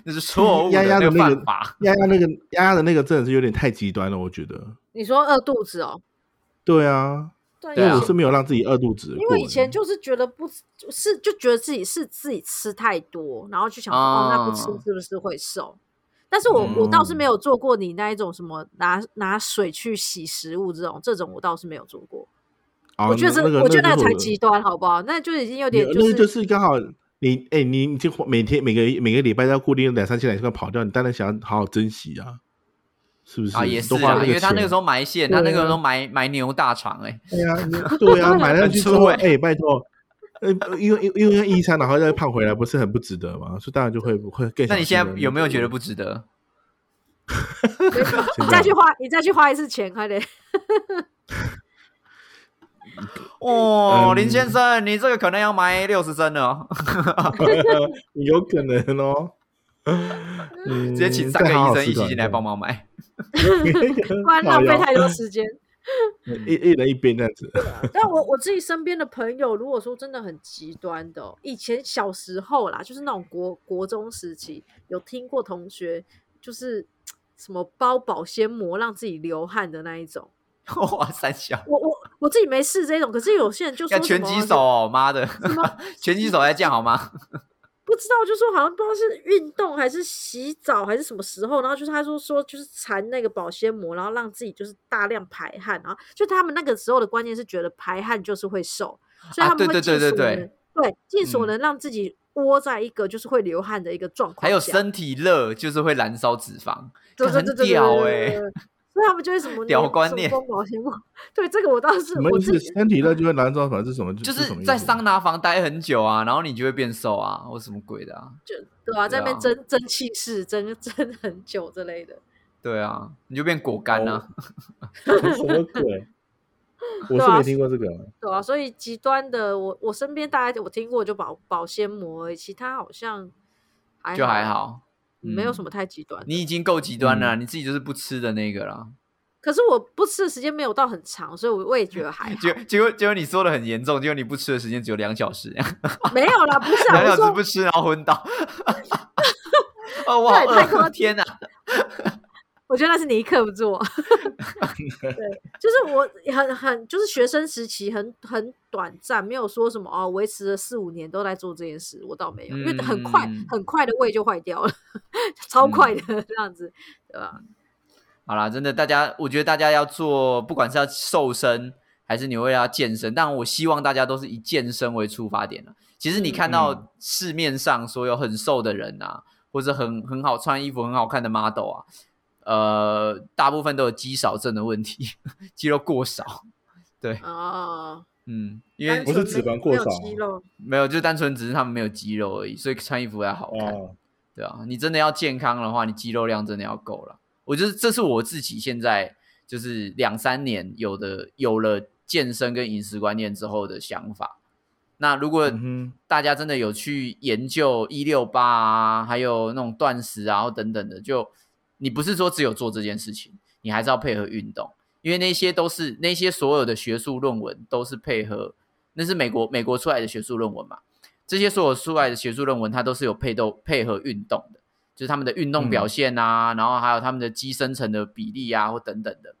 C: 那是错误
A: 丫丫的
C: 那个
A: 那个
C: 犯法。
A: 丫丫那个丫丫的那个真的是有点太极端了，我觉得。
B: 你说饿肚子哦，
A: 对啊，
B: 对
A: 因
C: 对
A: 为
C: 啊
A: 我是没有让自己饿肚子过的，欸
B: 因为以前就是觉得不就是就觉得自己是自己吃太多，然后就想说、哦，那不吃
C: 啊
B: 是不是会瘦？但是我、我倒是
A: 嗯
B: 没有做过你那一种什么拿拿水去洗食物这种，这种我倒是没有做过。
A: 啊
B: 我觉得这、
A: 那个
B: 我觉得
A: 那
B: 那
A: 个
B: 个才
A: 就是
B: 极端，好不好？那就已经有
A: 你
B: 点
A: 那
B: 就
A: 个
B: 是、
A: 就是刚好你哎、你你就每天每个每个礼拜要固定两三千两千块跑掉，你当然想要好好珍惜啊，是不是？
C: 啊，也是
A: 都花
C: 啊，
A: 个
C: 因为他
A: 钱
C: 那个时候埋线，
A: 对
C: 他
A: 啊
C: 那个时候埋埋牛大肠，哎，
A: 对啊，你对啊，买 了去之
C: 很
A: 后，
C: 粗欸
A: 哎、拜托，呃，因为因为因为一餐，然后再胖回来，不是很不值得吗？所以当然就会会更想吃的。
C: 那你现在有没有觉得不值得？
B: 你再去花你再去花一次钱，快点！
C: 哦，
A: 嗯
C: 林先生，你这个可能要埋六十升了哦。
A: 有可能 哦？嗯
C: 直接请三个医生一起进来帮，忙买。
B: 不然
A: 不
B: 浪费太多时间。
A: 嗯一一人一边这样子。
B: 但我我自己身边的朋友，如果说真的很极端的哦、以前小时候啦，就是那种国国中时期，有听过同学就是什么包保鲜膜让自己流汗的那一种。
C: 哇，三小
B: 我我我自己没试这种，可是有些人就说
C: 要
B: 什
C: 拳
B: 么啊
C: 击手哦，妈的
B: 么，
C: 拳击手再这 样好吗？
B: 不知道，就说好像不知道是运动还是洗澡还是什么时候，然后就是他说说就是缠那个保鲜膜，然后让自己就是大量排汗，然后就他们那个时候的观念是觉得排汗就是会瘦，所以他
C: 啊
B: 们
C: 对
B: 会
C: 对
B: 尽
C: 对
B: 所
C: 对
B: 能对尽所
C: 嗯
B: 能让自己窝在一个就是会流汗的一个状况下，
C: 还有身体热就是会燃烧脂肪，
B: 对对
C: 很
B: 对对对
C: 屌
B: 对
C: 欸
B: 对对对所以他们就会什么
C: 屌
B: 什么
C: 观念
B: 封保鲜膜，对这个我倒是
A: 什么
B: 我
A: 意
B: 自嗯
A: 思？
B: 己
A: 身体热就会燃烧，反正是什么？
C: 就是
A: 什么
C: 是
A: 意
C: 在
A: 思
C: 桑拿房待很久啊，然后你就会变瘦啊，或什么鬼的啊？
B: 就对啊，在那边
C: 啊
B: 争争气势争争很久之类的，
C: 对啊，你就变果干啊。
A: 哦什么鬼？我是没听过这个。
B: 对啊，所以极端的，我我身边大概我听过就保保鲜膜而已，其他好像还
C: 就还，好。嗯
B: 没有什
C: 么，
B: 么太极端的。
C: 你已经够极端
A: 嗯
C: 了，你自己就是不吃的那个啦。
B: 可是我不吃的时间没有到很长，所以我我也觉得 还
C: 结结果结果你说的很严重，结果你不吃的时间只有两小时，
B: 好，没有啦，不是啊，
C: 两
B: 我
C: 小时
B: 说
C: 不吃然后昏倒。 哦，我好
B: 那也太夸
C: 饿，
B: 张
C: 天哪！
B: 我觉得那是尼克不 是我，对，就是我很很就是学生时期很很短暂，没有说什么哦，维持了四五年都在做这件事，我倒没有，因为很快
C: 嗯
B: 很快的胃就坏掉了， 超快的这样子，对吧？
C: 好啦，真的，大家，我觉得大家要做，不管是要瘦身还是你为了要健身，但我希望大家都是以健身为出发点啊其实你看
A: 嗯
C: 到市面上所有很瘦的人啊，或者很很好穿衣服、很好看的 model 啊，呃，大部分都有肌少症的问题， 肌肉过少。对，
B: 哦，
C: 嗯，因为
B: 单
A: 不是
B: 纯
A: 脂
B: 没
A: 肪过
B: 没有
A: 少啊
B: 肌肉，
C: 没有，就单纯只是他们没有肌肉而已，所以穿衣服要好看。
A: 哦，
C: 对啊，你真的要健康的话，你肌肉量真的要够了。我就是这是我自己现在就是两三年有的有了健身跟饮食观念之后的想法。那如果
A: 嗯哼，
C: 大家真的有去研究一六八啊，还有那种断食啊或等等的，就你不是说只有做这件事情，你还是要配合运动，因为那些都是那些所有的学术论文都是配合，那是美国美国出来的学术论文嘛，这些所有出来的学术论文，它都是有配斗配合运动的，就是
A: 嗯
C: 他们的运动表现啊，然后还有他们的肌生成的比例啊，或等等的。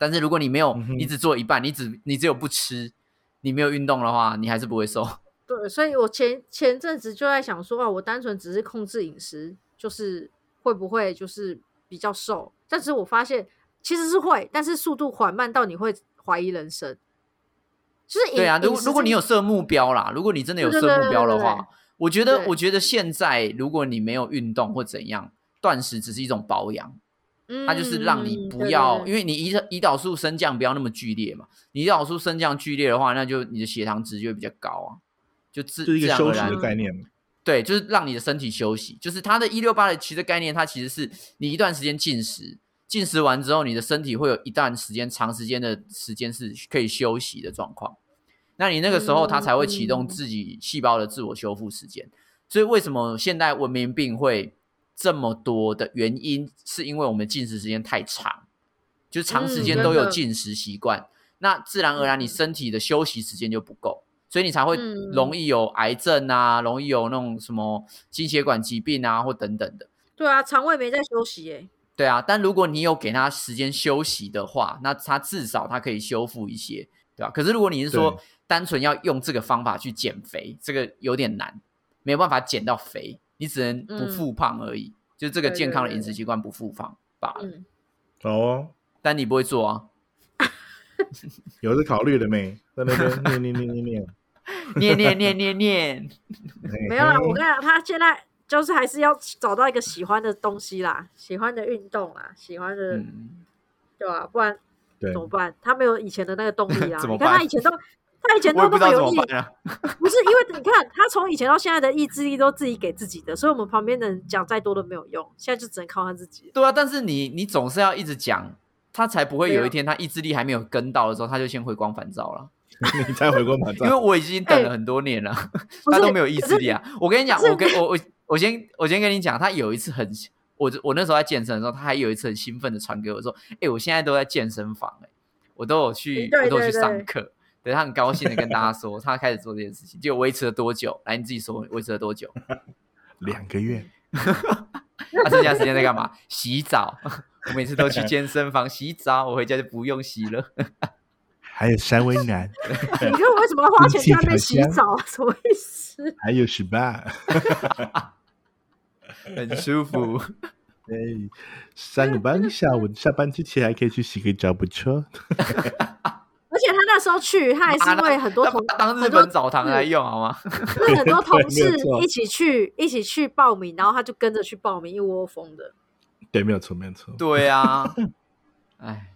C: 但是如果你没有
A: 嗯哼
C: 你只做一半，你只你只有不吃，你没有运动的话，你还是不会瘦。
B: 对，所以我前前阵子就在想说啊，我单纯只是控制饮食，就是会不会就是比较瘦？但是我发现其实是会，但是速度缓慢到你会怀疑人生。就是饮
C: 对啊，
B: 饮
C: 如果
B: 食
C: 如果
B: 这
C: 你
B: 件
C: 有设目标啦，如果你真的有
B: 对
C: 设
B: 对对
C: 目标的
B: 对对对
C: 话，我觉得
B: 对
C: 我觉得现在如果你没有运动或怎样，断食只是一种保养，它就是让你
B: 嗯
C: 不要，
B: 对对对
C: 因为你胰胰岛素升降不要那么剧烈嘛。你胰岛素升降剧烈的话，那就你的血糖值就会比较高啊，就自
A: 就是一
C: 自
A: 个
C: 然
A: 休
C: 而
A: 息
C: 然
A: 的概念嘛。
C: 对，就是让你的身体休息。就是它的一六八的其实概念，它其实是你一段时间进食，进食完之后，你的身体会有一段时间长时间的时间是可以休息的状况。那你那个时候，它才会启动
B: 嗯
C: 自己细胞的自我修复时间。所以为什么现代文明病会这么多的原因，是因为我们进食时间太长，就长时
A: 嗯
C: 间
A: 真
C: 都有
B: 的
C: 进食习惯，那自然而然你
B: 嗯
C: 身体的休息时间就不够。所以你才会
B: 嗯
C: 容易有癌症啊，容易有那种什么心血管疾病啊，或等等的。
B: 对啊，肠胃没在休息耶、
C: 对啊，但如果你有给他时间休息的话，那他至少他可以修复一些，对吧、可是如果你是说
A: 对
C: 单纯要用这个方法去减肥，这个有点难，没有办法减到肥，你只能不
B: 嗯
C: 复胖而已。就这个
B: 对
C: 健
B: 对
C: 康的
B: 对
C: 饮食习惯不复胖罢了。
B: 嗯，
A: 好哦，
C: 但你不会做啊，
A: 有是考虑的没？在那 边念念念念念，
C: 念念念念念，
B: 没有啦，
A: 嘿
B: 我跟你讲，他现在就是还是要找到一个喜欢的东西啦，喜欢的运动啦，喜欢的、
C: 嗯，
B: 对吧、不然
A: 对
B: 怎么办？他没有以前的那个动 力啦。
C: 怎么
B: 你看他
C: 办
B: 以前都，他以前
C: 我
B: 都那
C: 也不
B: 么
C: 知道怎
B: 有毅
C: 么
B: 力，
C: 办啊。
B: 不是因为你看他从以前到现在的意志力都自己给自己的，所以我们旁边的人讲再多都没有用，现在就只能靠他自己。
C: 对啊，但是你你总是要一直讲，他才不会
B: 没有
C: 有一天他意志力还没有跟到的时候，他就先回光返照了。
A: 你再回过马
C: 因为
A: 照，
C: 我已经等了
B: 哎
C: 很多年了，
B: 不
C: 他
B: 是
C: 都没有意
B: 可
C: 志
B: 是
C: 力啊！我跟你讲，
B: 可是
C: 我跟我我我先我先跟你讲，他有一次很，我我那时候在健身的时候，他还有一次很兴奋的传给我说：“哎、我现在都在健身房、哎，我都有去，
B: 哎对
C: 我都有
B: 对
C: 去上
B: 对
C: 课。”对他很高兴的跟大家说，他开始做这件事情，结果维持了多久？来，你自己说维持了多久？
A: 两个月，
C: 他啊剩下时间在干嘛？洗澡。我每次都去健身房洗澡，我回家就不用洗了。
A: 还有三温暖，
B: 你说我为什么要花钱
A: 经济
B: 在那边
A: 烤
B: 洗
A: 箱
B: 澡啊？什么意思？
A: 还有 SPA，
C: 很舒服。
A: 哎，上个 班下午下班之前还可以去洗个澡，不错。
B: 而且他那时候去，他还是因为很多
C: 那
B: 同
C: 把它当日
B: 很多
C: 本澡堂来用好吗？
B: 是很多同
A: 对没有
B: 事
A: 错
B: 一起去一起去报名，然后他就跟着去报名，一窝蜂的。
A: 对，没有错，没有错。
C: 对 啊，哎，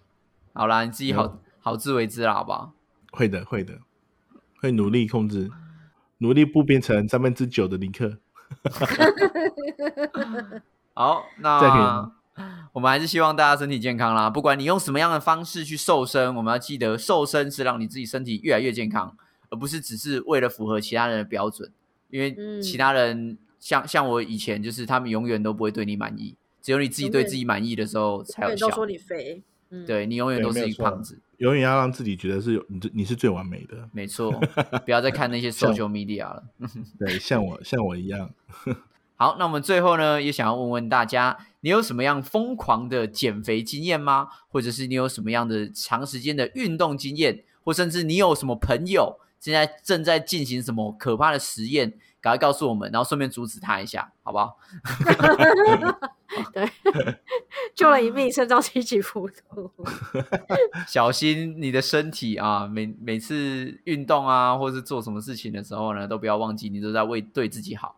C: 好啦，你自己好
A: 嗯
C: 好自为之啦，好不好？
A: 会的，会的，会努力控制，努力不变成三分之九的尼克。
C: 好，
A: 再见
C: 那我们还是希望大家身体健康啦。不管你用什么样的方式去瘦身，我们要记得，瘦身是让你自己身体越来越健康，而不是只是为了符合其他人的标准。因为
B: 嗯
C: 其他人像像我以前，就是他们永远都不会对你满意，只有你自己对
B: 永远
C: 自己满意的时候才
B: 永
C: 有
B: 远
C: 效
B: 都。说你肥，嗯，，
C: 对你永远
A: 对
C: 都
A: 没
C: 是
A: 有
C: 一个
A: 错
C: 胖子。
A: 永远要让自己觉得是有你最，你是最完美的。
C: 没错，不要再看那 些
A: 像
C: social media 了。
A: 对，像我，像我一样。
C: 好，那我们最后呢，也想要问问大家，你有什么样疯狂的减肥经验吗？或者是你有什么样的长时间的运动经验，或甚至你有什么朋友现在正在进行什么可怕的实验？赶快告诉我们，然后顺便阻止他一下，好不好？
B: 救了一命，身遭七级浮屠。
C: 小心你的身体啊！每每次运动啊，或是做什么事情的时候呢，都不要忘记，你都在为对自己好。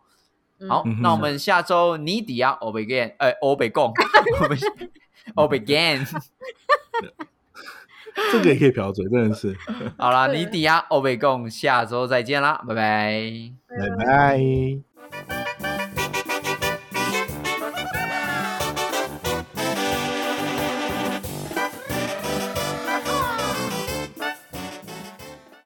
C: 好
B: 嗯，，
A: 嗯哼
C: 那我们下周尼迪亚欧北 gan，呃，欧北贡， 我们欧北 gan，
A: 这个也可以瓢嘴，真的是。
C: 好啦，
B: 对啊
C: 尼迪亚欧北贡，下周再见啦，拜拜。
A: 拜拜。